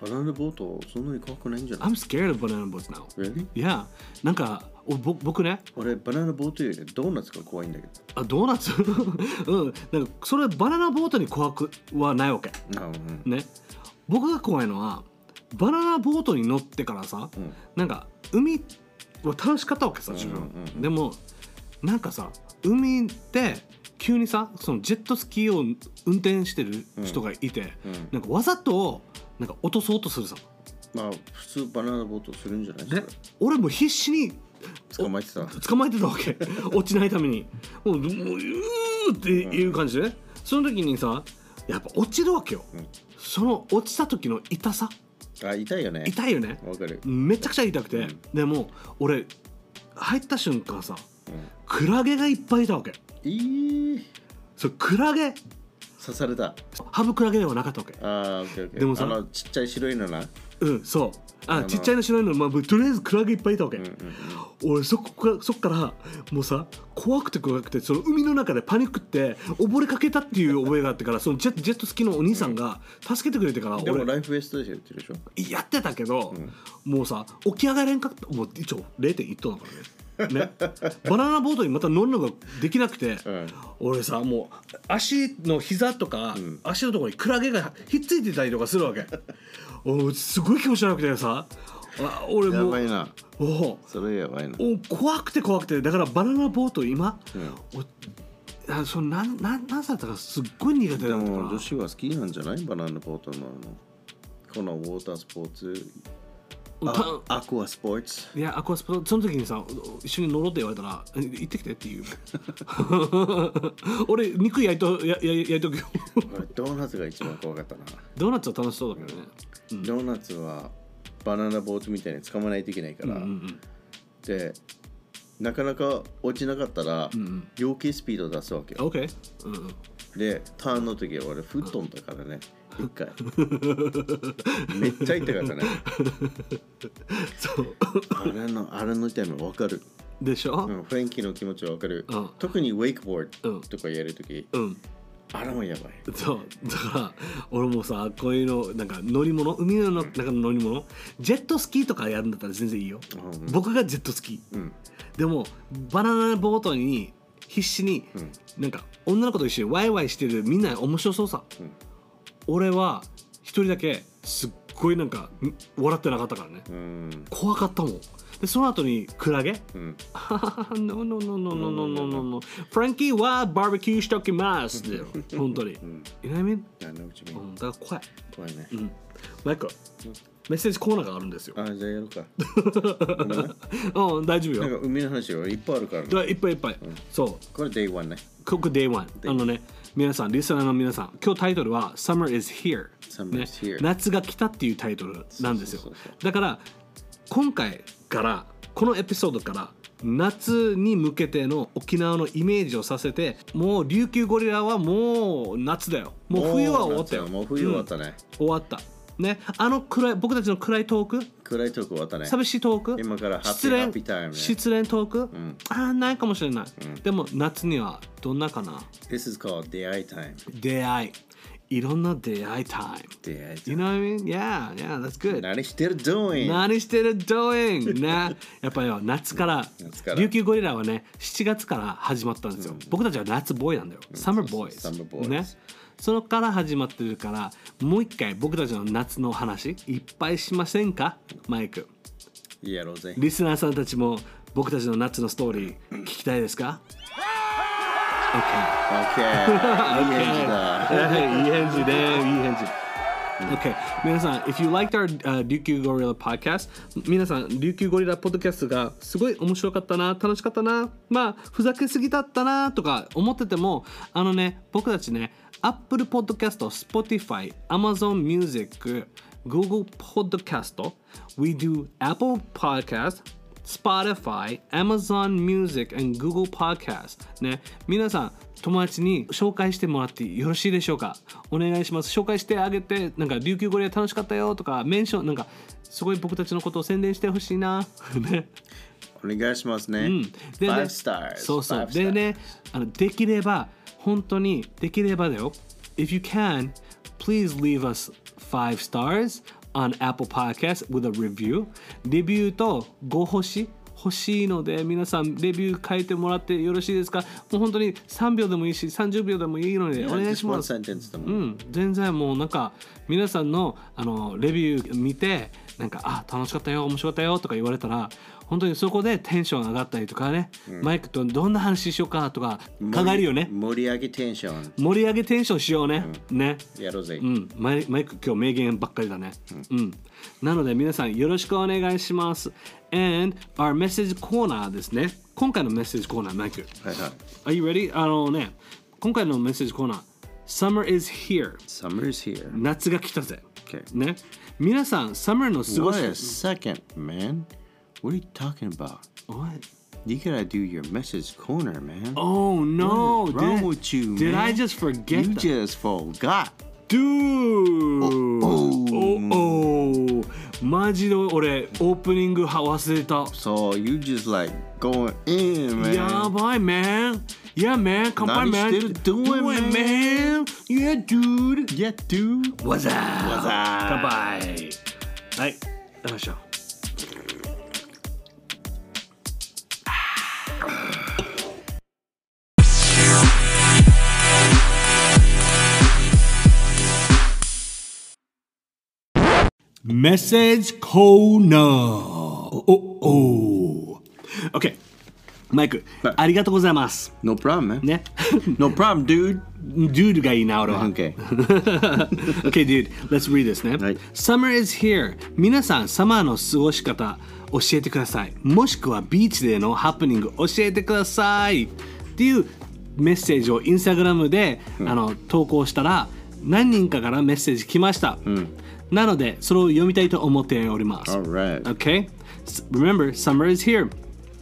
Speaker 3: バナナボートそんなに怖くないんじゃない
Speaker 1: ?I'm scared of banana boats now
Speaker 3: Really?
Speaker 1: いやなんかおぼ僕ね
Speaker 3: 俺バナナボートよりドーナツが怖いんだけど
Speaker 1: あドーナツ うんなんかそれバナナボートに怖くはないわけ
Speaker 3: あうん
Speaker 1: ね僕が怖いのはバナナボートに乗ってからさ、
Speaker 3: ん
Speaker 1: なんか海は楽しかったわけさ自分、でもなんかさ海って急にさそのジェットスキーを運転してる人がいて、
Speaker 3: うん
Speaker 1: なんかわざとなんか落とそうとするさ、
Speaker 3: まあ普通バナナボートするんじゃない
Speaker 1: ね、俺も必死に
Speaker 3: それ捕まえてた
Speaker 1: 捕まえてたわ け落ちないためにもうもううーっていう感じでね、その時にさやっぱ落ちるわけよ、その落ちた時の痛さ
Speaker 3: あ痛いよね
Speaker 1: 痛いよね
Speaker 3: わかる
Speaker 1: めちゃくちゃ痛くて、でも俺入った瞬間さ、クラゲがいっぱいいたわけ
Speaker 3: いい
Speaker 1: そうクラゲ
Speaker 3: 刺された
Speaker 1: ハブクラゲではなかったわけ
Speaker 3: あーオッケーオッケー
Speaker 1: でもさ
Speaker 3: あのちっちゃい白いのな
Speaker 1: うんそうあ
Speaker 3: の
Speaker 1: ちっちゃいの白いの、まあ、とりあえずクラゲいっぱいいたわけ、
Speaker 3: うんうんうん
Speaker 1: 俺そこからそっからもうさ怖くて怖くてその海の中でパニックって溺れかけたっていう覚えがあってからそのジェジェットスキーのお兄さんが助けてくれてから
Speaker 3: でも
Speaker 1: 俺
Speaker 3: ライフベストでやってるでしょ
Speaker 1: やってたけど、もうさ起き上がれんかったもう一応0.1トンだから ねねバナナボートにまた乗るのができなくて、
Speaker 3: ん
Speaker 1: 俺さもう足の膝とか、足のところにクラゲがひっついてたりとかする わけおすごい気持ち悪くてさあ俺
Speaker 3: や
Speaker 1: も
Speaker 3: ばいうな
Speaker 1: おう
Speaker 3: それやばいな
Speaker 1: お怖くて怖くてだからバナナボート今、
Speaker 3: う
Speaker 1: おあそのなんなんなん歳だったかすっごい苦手
Speaker 3: で
Speaker 1: だったから
Speaker 3: も女子は好きなんじゃないバナナボートのこのウォータースポーツ
Speaker 1: た
Speaker 3: アクアスポーツ
Speaker 1: いやアクアスポーツその時にさ一緒に乗ろうって言われたらえ行ってきてっていう俺肉焼いとやや焼い とくよ
Speaker 3: 俺ドーナツが一番怖かったな
Speaker 1: ドーナツは楽しそうだけどね、
Speaker 3: ドーナツはバナナボートみたいに捕まないといけないから、でなかなか落ちなかったら、余計スピード出すわけよ
Speaker 1: オッケーうんうん
Speaker 3: でターンの時は俺吹っ飛んだからね一 回めっちゃ痛かったね
Speaker 1: そう
Speaker 3: あれのあれの痛み分かる、
Speaker 1: でしょ、
Speaker 3: うん、フレンキーの気持ち分かる、
Speaker 1: うん
Speaker 3: 特にウェイクボー
Speaker 1: う
Speaker 3: ド
Speaker 1: ん
Speaker 3: とかやる時、
Speaker 1: うん
Speaker 3: あれもやばい
Speaker 1: そうだから俺もさこういうのなんか乗り物海の中の乗り物ジェットスキーとかやるんだったら全然いいよ、
Speaker 3: うん
Speaker 1: 僕がジェットスキー、
Speaker 3: ん
Speaker 1: でもバナナボートに必死に、なんか女の子と一緒にワイワイしてるみんな面白そうさ、俺は一人だけすっごいなんかん笑ってなかったからね、
Speaker 3: うん
Speaker 1: 怖かったもんでその後にクラゲ
Speaker 3: うん
Speaker 1: あー No, no, no, no, no, no, no, no, no. フランキーはバーベキューしときます。だよ本当に。You know what I mean?
Speaker 3: あのうち
Speaker 1: う
Speaker 3: も
Speaker 1: ん、だから怖い。
Speaker 3: 怖いね、
Speaker 1: うん。マイク、メッセージコーナーがあるんですよ。
Speaker 3: あじゃあやろうか
Speaker 1: うん、大丈夫
Speaker 3: なん
Speaker 1: よ。
Speaker 3: か海の話はいっぱいあるからね
Speaker 1: だからいっぱいいっぱい。そう。
Speaker 3: これ Day One ね
Speaker 1: ここ Day One。あのね、皆さん、リスナーの皆さん、今日タイトルは Summer is Here。
Speaker 3: Summer is here
Speaker 1: ね、夏が来たっていうタイトルなんですよ
Speaker 3: そうそうそう。
Speaker 1: だから、今回から、このエピソードから、夏に向けての沖縄のイメージをさせてもう琉球ゴリラはもう夏だよもう冬は終わったよ
Speaker 3: もう冬終わったね、
Speaker 1: うん終わったねあの暗い僕たちの暗いトーク
Speaker 3: 暗いとこ終わったね。
Speaker 1: 寂しいトーク
Speaker 3: 今からハッピー
Speaker 1: 失恋
Speaker 3: ハッピータイムね
Speaker 1: 失恋トーク、
Speaker 3: ん
Speaker 1: ああないかもしれない、でも夏にはどんなかな
Speaker 3: This is called 出会いタイム。
Speaker 1: 出会いいろんな出会いタイム。
Speaker 3: 出会えて
Speaker 1: You know what I mean? Yeah, yeah, that's good.
Speaker 3: 何してる doing?
Speaker 1: 何してる doing? ね。やっぱりよ夏から
Speaker 3: 夏から
Speaker 1: 琉球ゴリラはね7月から始まったんですよ。僕たちは夏ボーイなんだよ。Summer boys。
Speaker 3: Summer boys
Speaker 1: ね。そのから始まってるからもう一回僕たちの夏の話いっぱいしませんかマイク。
Speaker 3: いいやろうぜ。
Speaker 1: リスナーさんたちも僕たちの夏のストーリー聞きたいです か
Speaker 3: OK。いい 返事だ。
Speaker 1: Okay, 皆さん、if you liked our、uh, 琉球ゴリラ podcast、皆さん、琉球ゴリラポッドキャストがすごい面白かったな、楽しかったな、まあ、ふざけすぎだったなとか思ってても、あのね、僕たちね、Apple Podcast、Spotify、Amazon Music、Google Podcast、We do Apple Podcast、Spotify、Amazon Music and Google Podcast ね皆さん友達に紹介してもらってよろしいでしょうかお願いします紹介してあげてなんか琉球語で楽しかったよとかメンションなんかすごい僕たちのことを宣伝してほしいな ね
Speaker 3: お願いしますね。
Speaker 1: でね
Speaker 3: Five stars.
Speaker 1: そうそう
Speaker 3: Five stars.
Speaker 1: でねあのできれば本当にできればだよ If you can please leave us five stars on Apple Podcast with a review レビューと5星欲しいので皆さんレビュー書いてもらってよろしいですかもう本当に3秒でもいいし30秒でもいいのでお願いします
Speaker 3: Just one sentence でも
Speaker 1: うん、全然もうなんか皆さんのあのレビュー見てなんか「あ楽しかったよ面白かったよ」とか言われたら本当にそこでテンション上がったりとかね、マイクとどんな話しようかとか考えるよね
Speaker 3: 盛り上げテンション。
Speaker 1: 盛り上げテンションしようね、ね
Speaker 3: やろうぜ
Speaker 1: う。んマイマイク今日名言ばっかりだね、うんなので皆さんよろしくお願いします and our message corner ですね今回のメッセージコーナーマイク
Speaker 3: はいは
Speaker 1: Are
Speaker 3: い。
Speaker 1: you ready? あのね今回のメッセージコーナー Summer is here
Speaker 3: Summer is here.
Speaker 1: 夏が来たぜ。
Speaker 3: Okay.
Speaker 1: ね。皆さん、サマーの過ご
Speaker 3: What
Speaker 1: し
Speaker 3: a second, man. What are you talking about?
Speaker 1: What?
Speaker 3: You gotta do your message corner, man.
Speaker 1: Oh no!
Speaker 3: What is wrong
Speaker 1: Did-
Speaker 3: with you,
Speaker 1: Did
Speaker 3: man?
Speaker 1: I just forget
Speaker 3: you
Speaker 1: that?
Speaker 3: just forgot.
Speaker 1: Dude! Oh, oh. マジで俺、オープニングは忘れた。
Speaker 3: So you just like going in, man.
Speaker 1: やばい、man! Yeah, man! 乾杯、man!
Speaker 3: 何してる Do it,
Speaker 1: man! Yeah, dude!
Speaker 3: Yeah, dude.
Speaker 1: What's up? What's
Speaker 3: up?
Speaker 1: 乾杯はい、飲みましょう。メッセージコーナーおお OK マイク、
Speaker 3: はい
Speaker 1: ありがとうございます
Speaker 3: No problem, man.
Speaker 1: ね
Speaker 3: No problem, dude.
Speaker 1: ドゥールがいいな俺は
Speaker 3: Okay.
Speaker 1: okay, dude, let's read this ね。
Speaker 3: はい
Speaker 1: Summer is here. 皆さん、サマーの過ごし方教えてください。もしくはビーチでのハプニング教えてください。っていうメッセージをインスタグラムで、あの投稿したら何人かからメッセージ来ました。なので、それを読みたいと思っております。
Speaker 3: Alright.
Speaker 1: Okay? S- Remember, summer is here.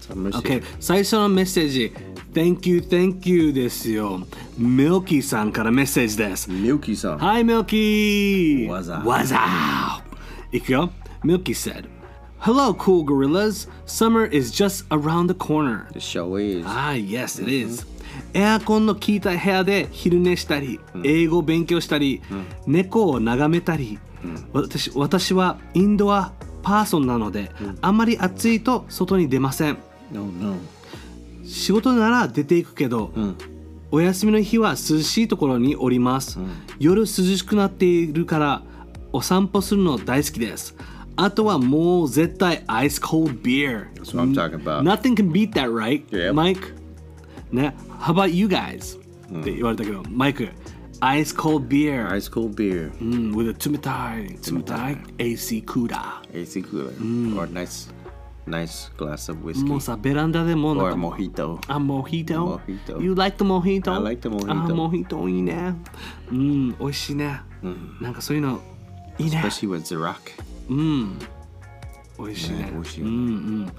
Speaker 3: Summer's
Speaker 1: Okay, 最初のメッセージ。Thank you, thank you ですよ。ミルキーさんからメッセージです。
Speaker 3: Milky song.
Speaker 1: Hi, Milky.
Speaker 3: What's up?
Speaker 1: What's up? Ikyo, Milky said, Hello, cool gorillas. Summer is just around the corner.
Speaker 3: The show is.
Speaker 1: Ah, yes, it is. エアコンの効いた部屋で昼寝したり、英語を勉強したり、猫を眺めたり、私私はインドアパーソンなので、あんまり暑いと外に出ません
Speaker 3: No, no.
Speaker 1: 仕事なら出ていくけど、お休みの日は涼しいところにおります、夜涼しくなっているからお散歩するの大好きですあとはもう絶対アイスコールビール
Speaker 3: That's what I'm talking about.
Speaker 1: Nothing can beat that right
Speaker 3: Yep.
Speaker 1: Mike ね How about you guys、って
Speaker 3: Hmm.
Speaker 1: 言われたけどマイク Ice cold beer、
Speaker 3: Ice cold beer,
Speaker 1: うん with a 冷たい冷たい AC クーラ
Speaker 3: AC cooler, or nice, nice glass of
Speaker 1: ー
Speaker 3: whiskey,
Speaker 1: もうさベランダでもうなん
Speaker 3: or
Speaker 1: か
Speaker 3: mojito.
Speaker 1: あ、モヒート。
Speaker 3: Mojito.
Speaker 1: You like the mojito? Ah,
Speaker 3: I like the mojito. Hmm.
Speaker 1: あ、モヒートいいね。うん、美味しいね。なんかそういうのいいね。
Speaker 3: Especially with Ciroc.
Speaker 1: 美味しい
Speaker 3: Yeah, Mm.
Speaker 1: ね。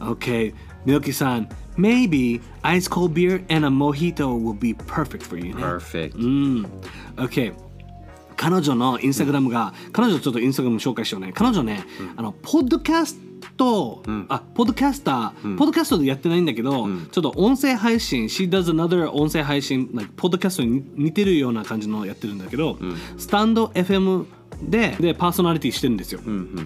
Speaker 3: we'll see.
Speaker 1: Okay, Milky さん、Maybe ice cold beer and a mojito will be perfect for you ね。
Speaker 3: Perfect.
Speaker 1: Okay. 彼女のインスタグラムが、彼女ちょっとインスタグラム紹介しようね。彼女ね、あの、ポッドキャスと、
Speaker 3: ん
Speaker 1: あポッドキャスター、
Speaker 3: ん
Speaker 1: ポッドキャストでやってないんだけど、
Speaker 3: ん
Speaker 1: ちょっと音声配信 She does another 音声配信 like ポッドキャストに似てるような感じのやってるんだけど、スタンド FM ででパーソナリティしてるんですよ、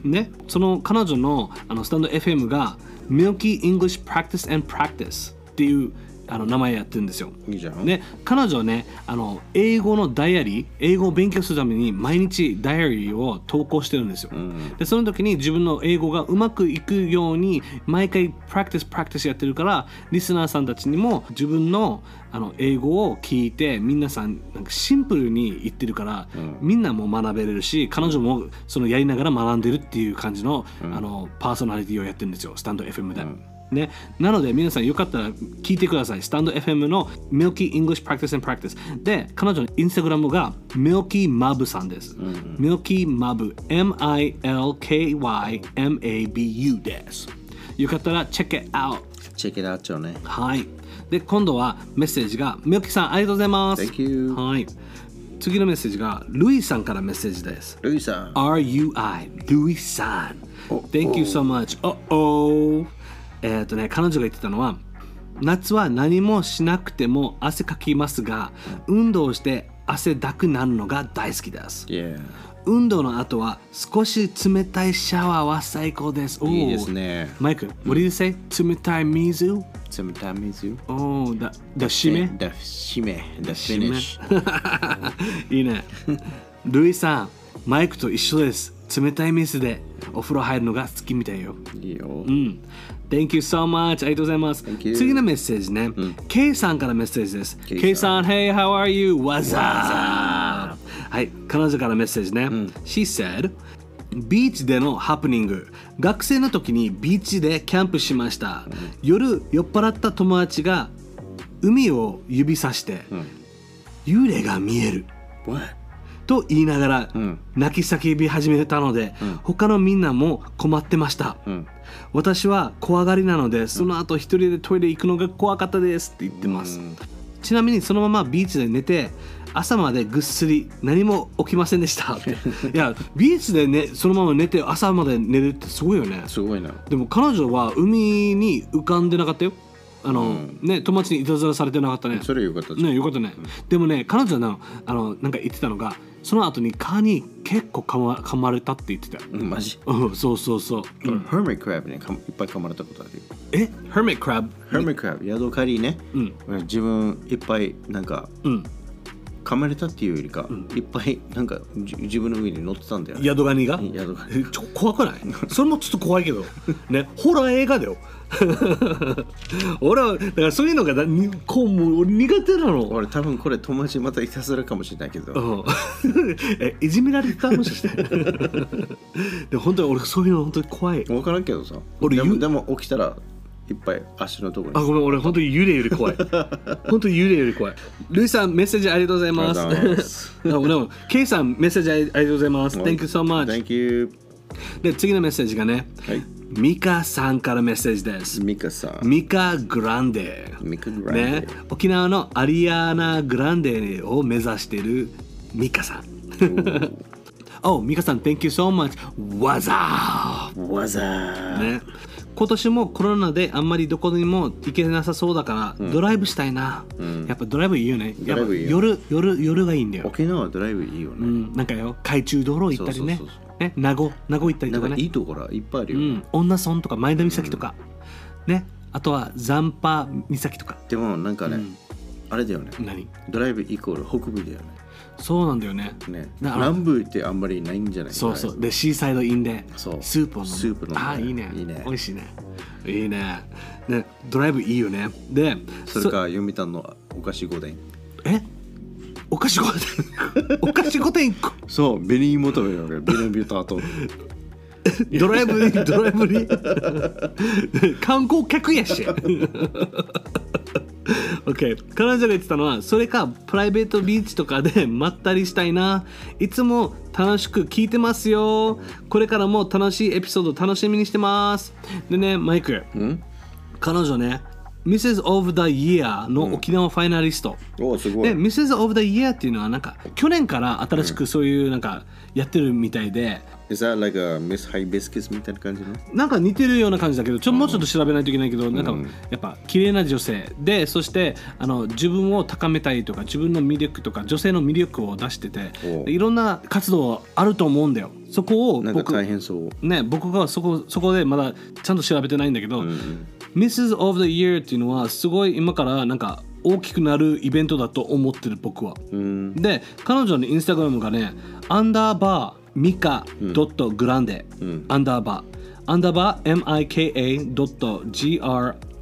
Speaker 1: ね、その彼女のあのスタンド FM が Milky English Practice and Practice っていうあの名前やってるんですよ
Speaker 3: いいじゃん
Speaker 1: で彼女はねあの英語のダイアリー英語を勉強するために毎日ダイアリーを投稿してるんですよ、でその時に自分の英語がうまくいくように毎回プラクティスプラクティスやってるからリスナーさんたちにも自分のあの英語を聞いて皆さんなんかシンプルに言ってるから、みんなも学べれるし彼女もそのやりながら学んでるっていう感じの,、あのパーソナリティをやってるんですよスタンド FM で。ね、なので皆さんよかったら聞いてください。スタンド FM の Milky English Practice and Practice。で、彼女のインスタグラムが Milky Mab さんです。Milky Mab、M-I-L-K-Y-M-A-B-U です。よかったら check it out。
Speaker 3: チェックイットちゃうね
Speaker 1: はい。で、今度はメッセージが Milky さんありがとうございます。
Speaker 3: Thank you
Speaker 1: はい。次のメッセージがルイさんからメッセージです。
Speaker 3: ルイさん
Speaker 1: RUI Louis San Thank you so much おおえっとね彼女が言ってたのは夏は何もしなくても汗かきますが運動をして汗だくなるのが大好きです
Speaker 3: いや
Speaker 1: 運動の後は少し冷たいシャワーは最高ですおー
Speaker 3: いいですね
Speaker 1: マイク What did you say? 冷たい水お
Speaker 3: 冷たい水
Speaker 1: おだだしめ
Speaker 3: だ締めだフィ
Speaker 1: 締
Speaker 3: ニ
Speaker 1: め
Speaker 3: ッシ ュ
Speaker 1: いいね。ルイさん、マイクと一緒です。冷たい水でお風呂入るのが好きみたいよ。
Speaker 3: いいよ
Speaker 1: うん。Thank you so much. ありがとうございます。
Speaker 3: you.
Speaker 1: 次のメッセージね。K さんからメッセージです。
Speaker 3: K
Speaker 1: K さん、Hey, how are you? What's up? はい、彼女からメッセージね。She said, ビーチでのハプニング学生の時にビーチでキャンプしました、夜酔っ払った友達が海を指さして、幽霊が見える
Speaker 3: What?
Speaker 1: と言いながら、
Speaker 3: ん
Speaker 1: 泣き叫び始めたので、他のみんなも困ってました、
Speaker 3: ん
Speaker 1: 私は怖がりなのでその後一人でトイレ行くのが怖かったですって言ってます、ちなみにそのままビーチで寝て朝までぐっすり何も起きませんでした いやビーチで、ね、そのまま寝て朝まで寝るってすごいよね
Speaker 3: すごいな
Speaker 1: でも彼女は海に浮かんでなかったよあの、
Speaker 3: うん
Speaker 1: ね友達にいたずらされてなかったね
Speaker 3: それよかったじゃん
Speaker 1: ねよかったね、でもね彼女のあのなんか言ってたのがその後に蚊に結構噛ま噛まれたって言ってた
Speaker 3: うんマジ
Speaker 1: うんそうそうそう、
Speaker 3: ヘルメットクラブねかいっぱい噛まれたことあるよ
Speaker 1: えヘメクラブ
Speaker 3: ヘルメットクラブヤドカリね
Speaker 1: うん
Speaker 3: 自分いっぱいなんか
Speaker 1: うん
Speaker 3: 噛まれたっていうよりかいっぱいなんかじ自分の上に乗ってたんだよね
Speaker 1: 宿ガニが
Speaker 3: ヤドカリ
Speaker 1: えちょ怖くないそれもちょっと怖い けどねホラー映画だよ 俺はだからそういうのがだにこうもう苦手なの
Speaker 3: 俺多分これ友達またいたずらかもしれないけど
Speaker 1: うん えいじめられてたもしかして でも本当に俺そういうの本当に怖い
Speaker 3: 分からんけどさ
Speaker 1: 俺
Speaker 3: で
Speaker 1: 言
Speaker 3: も
Speaker 1: う
Speaker 3: でも起きたらいっぱい足のとこに
Speaker 1: あごめん俺本当に幽霊より 怖い本当に幽霊より怖いルイさんメッセージありがとうございます
Speaker 3: ありがとうございます
Speaker 1: でもでもケイさんメッセージありありがとうございます Thank you so much
Speaker 3: Thank you
Speaker 1: で次のメッセージがね
Speaker 3: はい
Speaker 1: ミカさんからメッセージです
Speaker 3: ミカさん
Speaker 1: ミカグランデ
Speaker 3: ミカグランデ
Speaker 1: ね沖縄のアリアーナ・グランデを目指しているミカさん Oh, ミカさん Thank you so much What's up?
Speaker 3: わざー
Speaker 1: ね今年もコロナであんまりどこにも行けなさそうだから、ドライブしたいな、やっぱドライブいいよねやっ
Speaker 3: ドラ
Speaker 1: ぱ
Speaker 3: イブいいよ
Speaker 1: 夜夜夜がいいんだよ、
Speaker 3: 沖縄ドライブいいよ
Speaker 1: う
Speaker 3: ね
Speaker 1: ん、なんかよ海中道路行ったりね
Speaker 3: そうそうそう
Speaker 1: ね名護名護行ったり
Speaker 3: な
Speaker 1: とか
Speaker 3: ん
Speaker 1: ね
Speaker 3: かいいところいっぱいある
Speaker 1: う
Speaker 3: よね
Speaker 1: ん、恩納村とか前田岬とか、ねあとは残波岬とか
Speaker 3: でもなんかね、あれだよね
Speaker 1: 何
Speaker 3: ドライブイコール北部だよ
Speaker 1: そうなんだよね
Speaker 3: ねね
Speaker 1: だ
Speaker 3: 南部ってあんまりないんじゃない
Speaker 1: そうそうでシーサイドインでス
Speaker 3: そう
Speaker 1: ープを飲む
Speaker 3: スープ飲んで
Speaker 1: ああいいね
Speaker 3: いいね
Speaker 1: 美味しいねいいねねドライブいいよねで
Speaker 3: それか読谷のお菓子御殿
Speaker 1: えお菓子御殿お菓子御殿こ
Speaker 3: そうベニーモトベよベニビュター と
Speaker 1: ドライブにドライブに観光客やし OK 彼女が言ってたのはそれかプライベートビーチとかでまったりしたいないつも楽しく聞いてますよこれからも楽しいエピソード楽しみにしてますでねマイク
Speaker 3: ん
Speaker 1: 彼女ね Mrs. of the Year の沖縄ファイナリスト、
Speaker 4: おーすごい
Speaker 1: で Mrs. of the Year っていうのはなんか去年から新しくそういうなんかやってるみたいで、
Speaker 3: Is that like a Miss Hibiscus みたいな感じの
Speaker 1: なんか似てるような感じだけどちょもうちょっと調べないといけないけど、なんかやっぱ綺麗な女性でそしてあの自分を高めたいとか自分の魅力とか女性の魅力を出してて
Speaker 3: おう
Speaker 1: でいろんな活動あると思うんだよそこを
Speaker 3: なんか
Speaker 1: 僕
Speaker 3: 大変そう。
Speaker 1: ね、僕がそこそこでまだちゃんと調べてないんだけど、Mrs. of the Year っていうのはすごい今からなんか大きくなるイベントだと思ってる僕は、
Speaker 3: うん。
Speaker 1: で彼女のインスタグラムがねアンダーバーミカドットグランデ
Speaker 3: ん
Speaker 1: アンダーバーアンダーバー MIKA ドット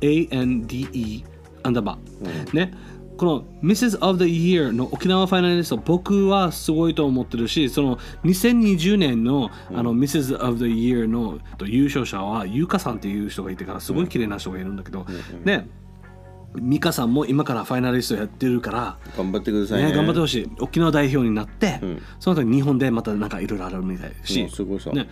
Speaker 1: GRANDE アンダーバー、ねこの Mrs. of the Year の沖縄ファイナリスト僕はすごいと思ってるしその2020年のあの Mrs. of the Year のと優勝者はゆかさんっていう人がいてからすごい綺麗な人がいるんだけど、ね美香さんも今からファイナリストやってるから、
Speaker 3: 頑張ってください
Speaker 1: ね
Speaker 3: ね。
Speaker 1: 頑張ってほしい沖縄代表になって、
Speaker 3: ん
Speaker 1: その後に日本でまたなんかいろいろあるみたいだし、
Speaker 3: うんすごいさ
Speaker 1: ね、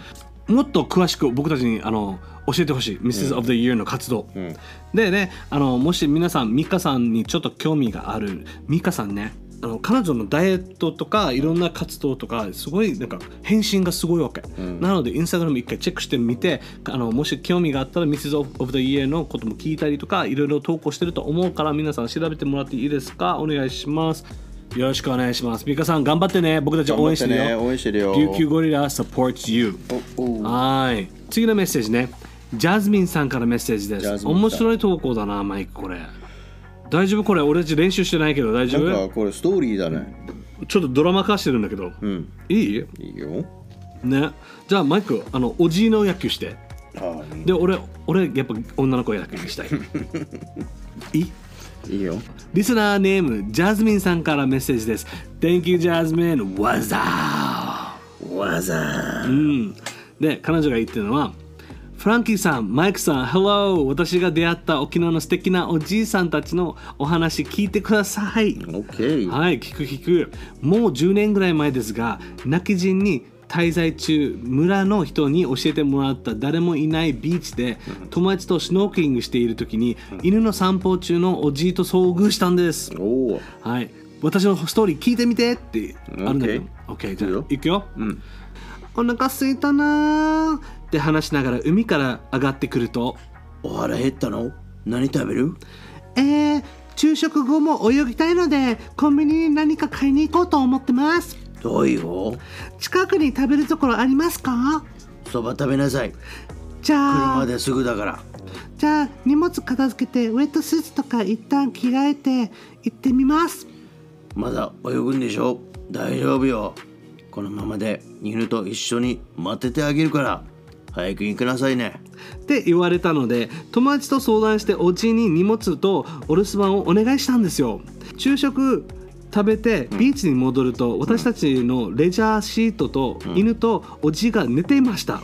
Speaker 1: もっと詳しく僕たちにあの教えてほしい Mrs. of the Year の活動、
Speaker 3: ん
Speaker 1: でねあのもし皆さんミカさんにちょっと興味があるミカさんねあの彼女のダイエットとかいろんな活動とかすごいなんか返信がすごいわけ、なのでインスタグラム一回チェックしてみてあのもし興味があったら Mrs. of the Year のことも聞いたりとかいろいろ投稿してると思うから皆さん調べてもらっていいですかお願いしますよろしくお願いしますミカさん頑張ってね僕たち応援してるよ、
Speaker 3: 頑張ってね応援してるよ
Speaker 1: 琉球ゴリラ supports you はい次のメッセージねジャズミンさんからメッセージで
Speaker 3: ジャズ
Speaker 1: す
Speaker 3: ミンさん
Speaker 1: 面白い投稿だなマイクこれ大丈夫これ俺たち練習してないけど大丈
Speaker 3: な
Speaker 1: 夫
Speaker 3: んかこれストーリーだね。
Speaker 1: ちょっとドラマ化してるんだけど、
Speaker 3: うん。
Speaker 1: いい
Speaker 3: いいよ。
Speaker 1: ねじゃあマイクあのおじいの野球して
Speaker 4: あ
Speaker 1: で俺俺やっぱ女の子野球 したいいい
Speaker 3: いいよ。
Speaker 1: リスナーネームジャズミンさんからメッセージです Thank you ジャズミンわざー
Speaker 3: わざ
Speaker 1: うん、で彼女が言ってるのはフランキーさん、マイクさん、Hello! 私が出会った沖縄の素敵なおじいさんたちのお話聞いてください。
Speaker 3: オッケー。
Speaker 1: はい、聞く聞く。もう10年ぐらい前ですが、亡き人に滞在中、村の人に教えてもらった誰もいないビーチで、友達とシュノーケリングしている時に、犬の散歩中のおじいと遭遇したんです。
Speaker 3: おお。
Speaker 1: はい、私のストーリー聞いてみてってあるんだけど OK じゃあ
Speaker 3: いいよ
Speaker 1: 行くよ、
Speaker 3: ん
Speaker 1: お腹すいたなーって話しながら海から上がってくると
Speaker 3: お腹減ったの何食べる
Speaker 5: えー、昼食後も泳ぎたいのでコンビニに何か買いに行こうと思ってます
Speaker 3: どうよ。
Speaker 5: 近くに食べるところありますか
Speaker 3: そば食べなさい。
Speaker 5: じゃ
Speaker 3: 車
Speaker 5: あ
Speaker 3: ですぐだから。
Speaker 5: じゃあ荷物片付けてウェットスーツとか一旦着替えて行ってみます
Speaker 3: まだ泳ぐんでしょ大丈夫よ。このままで犬と一緒に待っててあげるから。早く行きなさいね。
Speaker 1: って言われたので友達と相談してお家に荷物とお留守番をお願いしたんですよ昼食食べてビーチに戻ると、私たちのレジャーシートと犬とおじいが寝ていました、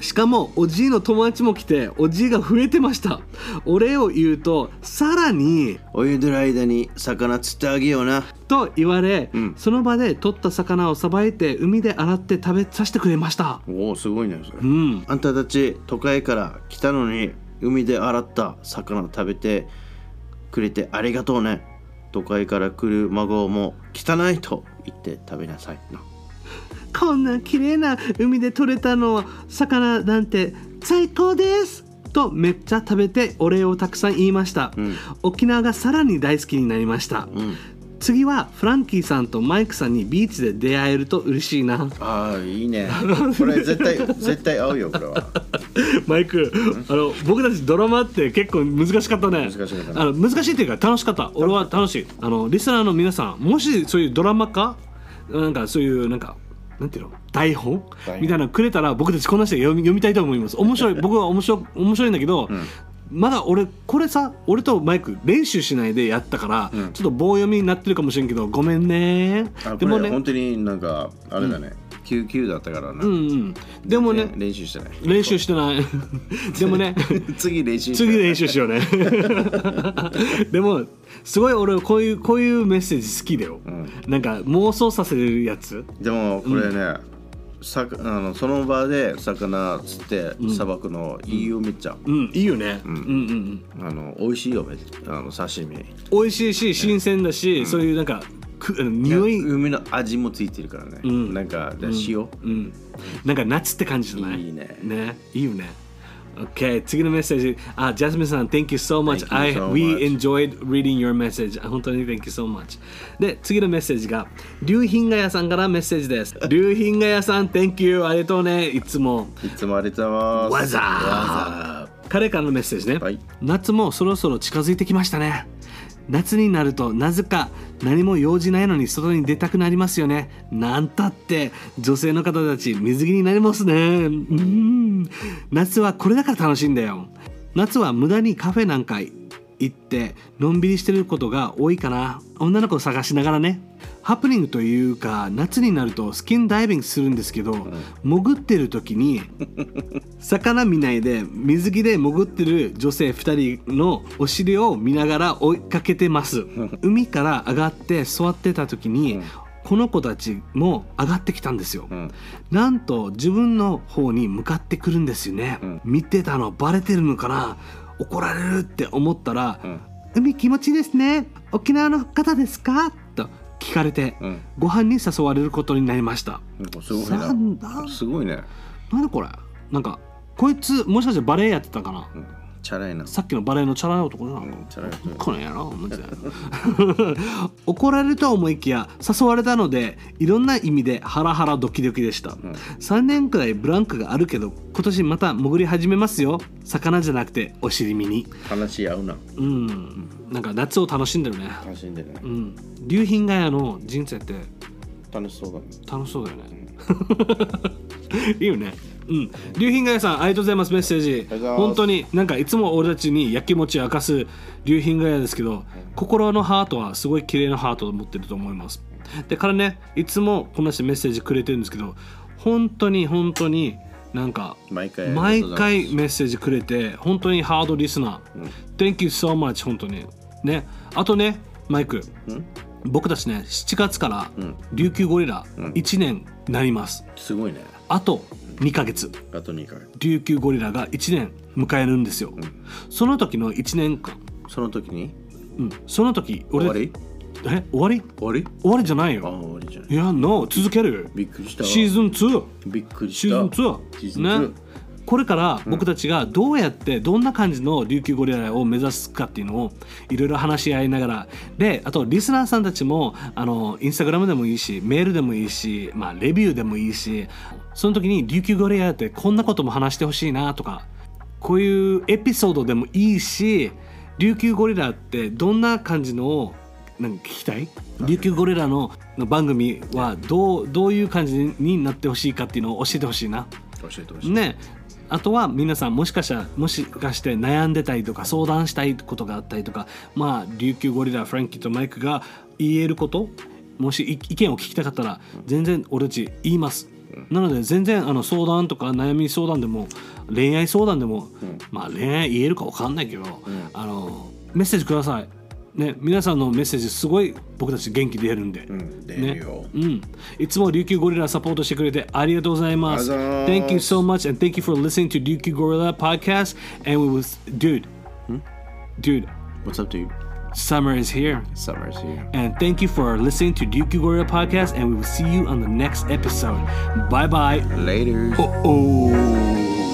Speaker 1: しかもおじいの友達も来ておじいが増えてましたお礼を言うとさらに
Speaker 3: 泳いでる間に魚釣ってあげような。
Speaker 1: と言われ、
Speaker 3: ん
Speaker 1: その場で取った魚をさばいて海で洗って食べさせてくれました
Speaker 3: おお、すごいね。それ
Speaker 1: うん
Speaker 3: あんたたち都会から来たのに海で洗った魚食べてくれてありがとうね。都会から来る孫も汚いと言って食べなさいな。
Speaker 5: こんな綺麗な海で採れたの魚なんて最高です
Speaker 1: とめっちゃ食べてお礼をたくさん言いました、
Speaker 3: ん
Speaker 1: 沖縄がさらに大好きになりました、
Speaker 3: ん
Speaker 1: 次はフランキーさんとマイクさんにビーチで出会えると嬉しいな
Speaker 3: ああ、いいね。これ絶対、絶対合うよ、これは。
Speaker 1: マイクあの僕たちドラマって結構難しかったね
Speaker 3: 難しかったね
Speaker 1: あの難しいっていうか楽しかった俺は楽しいあのリスナーの皆さんもしそういうドラマかなんかそういうなんかなんていうの台本みたいなのくれたら僕たちこんな人読み読みたいと思います面白い僕は面白面白いんだけど、まだ俺これさ俺とマイク練習しないでやったから、ちょっと棒読みになってるかもしれんけどごめんね
Speaker 3: あ
Speaker 1: で
Speaker 3: こ
Speaker 1: も
Speaker 3: れ
Speaker 1: ね
Speaker 3: 本当になんかあれだね、救急だったからな、
Speaker 1: うんうんでもね
Speaker 3: ね練習してない
Speaker 1: 練習して ないでもね
Speaker 3: 次練習して
Speaker 1: 次練習し ようねでもすごい俺こういうこういうメッセージ好きだよ、なんか妄想させるやつ
Speaker 3: でもこれね、さあのその場で魚釣ってさばくのいいよめっちゃ、
Speaker 1: うんいいよね、うん、うんうん
Speaker 3: あの美味しいよめっちゃあの刺身
Speaker 1: 美味しいし新鮮だし、そういうなんかくあの匂い、
Speaker 3: 海の味もついてるからね、
Speaker 1: ん
Speaker 3: なんかで塩、
Speaker 1: うん、なんか夏って感じじゃない
Speaker 3: いいね
Speaker 1: ねいいよね OK 次のメッセージあジャスミンさん Thank you so much,
Speaker 3: Thank you so
Speaker 1: I, we
Speaker 3: much.
Speaker 1: enjoyed reading your message あ本当に Thank you so much で次のメッセージが竜品が屋さんからメッセージです竜品が屋さん Thank you ありがとうねいつも
Speaker 3: いつもありがとうございます
Speaker 1: わざ
Speaker 3: わ
Speaker 1: 彼からのメッセージね、
Speaker 3: はい
Speaker 1: 夏もそろそろ近づいてきましたね夏になるとなぜか何も用事ないのに外に出たくなりますよねなんたって女性の方たち水着になりますねうん夏はこれだから楽しいんだよ夏は無駄にカフェなんか行ってのんびりしてることが多いかな女の子を探しながらねハプニングというか夏になるとスキンダイビングするんですけど、潜ってる時に魚見ないで水着で潜ってる女性2人のお尻を見ながら追いかけてます海から上がって座ってた時に、この子たちも上がってきたんですよ、
Speaker 3: ん
Speaker 1: なんと自分の方に向かってくるんですよね、見てたのバレてるのかな怒られるって思ったら、海気持ちいいですね沖縄の方ですかと聞かれて、
Speaker 3: ん
Speaker 1: ご飯に誘われることになりました
Speaker 3: なんかすごい
Speaker 1: さん
Speaker 3: なすごいね
Speaker 1: なんだこれなんかこいつもしかしてバレエやってたかな、
Speaker 3: チャラいな
Speaker 1: さっきのバレエのチャラい男じゃなの
Speaker 3: チャラい男
Speaker 1: この野郎マジで怒られると思いきや誘われたのでいろんな意味でハラハラドキドキでした、3年くらいブランクがあるけど今年また潜り始めますよ魚じゃなくてお尻見に
Speaker 3: 話し合うな
Speaker 1: うんなんか夏を楽しんでるね
Speaker 3: 楽しんでるね
Speaker 1: うん流品ガヤの人生って
Speaker 3: 楽しそうだね
Speaker 1: 楽しそうだよねいいよねうん、竜品屋さんありがとうございますメッセージ
Speaker 3: りがとうございます
Speaker 1: 本当になんかいつも俺たちにやきもち明かす竜品屋ですけど心のハートはすごい綺麗なハートを持ってると思いますでからねいつもこんな人メッセージくれてるんですけど本当に本当になんか
Speaker 3: 毎回
Speaker 1: 毎回メッセージくれて本当にハードリスナー、Thank you so much 本当にねあとねマイク、僕たちね7月から琉球ゴリラ1年なります、
Speaker 3: すごいね
Speaker 1: あと2ヶ月
Speaker 3: あと2回
Speaker 1: 琉球ゴリラが1年迎えるんですよ、その時の1年間、
Speaker 3: その時に
Speaker 1: うん、その時俺
Speaker 3: 終わり
Speaker 1: え終わり
Speaker 3: 終わり
Speaker 1: 終わりじゃない
Speaker 3: ああ
Speaker 1: よ
Speaker 3: 終わりじゃない
Speaker 1: いや NO 続ける
Speaker 3: びっくりした
Speaker 1: シーズン2
Speaker 3: びっくりした
Speaker 1: シーズン
Speaker 3: シーズ
Speaker 1: 2
Speaker 3: ン2
Speaker 1: ねこれから僕たちがどうやってどんな感じの琉球ゴリラを目指すかっていうのをいろいろ話し合いながらであとリスナーさんたちもあのインスタグラムでもいいしメールでもいいし、まあ、レビューでもいいしその時に琉球ゴリラってこんなことも話してほしいなとかこういうエピソードでもいいし琉球ゴリラってどんな感じのをなんか聞きたい琉球ゴリラのの番組はどうどういう感じになってほしいかっていうのを教えてほしいな。
Speaker 3: 教えてほしい
Speaker 1: ねあとは皆さんもしかしたらもしかして悩んでたりとか相談したいことがあったりとかまあ琉球ゴリラフランキーとマイクが言えることもしい意見を聞きたかったら全然俺たち言います。なので全然あの相談とか悩み相談でも恋愛相談でも、まあ恋愛言えるか分かんないけど、あのメッセージください。ね、皆さんのメッセージすごい僕たち元気出るんで、
Speaker 3: うん出
Speaker 1: ね
Speaker 3: るよ、
Speaker 1: うん、いつも琉球ゴリラサポートしてくれてありがとうございます。
Speaker 3: ありがとうござい
Speaker 1: Thank
Speaker 3: ます
Speaker 1: you so much and thank you for listening to Ryukyu Gorilla podcast. And we will, dude, dude,
Speaker 3: What's up to you?
Speaker 1: summer is here.
Speaker 3: Summer's here
Speaker 1: And thank you for listening to Ryukyu Gorilla podcast. And we will see you on the next episode. Bye bye.
Speaker 3: Later
Speaker 1: Oh.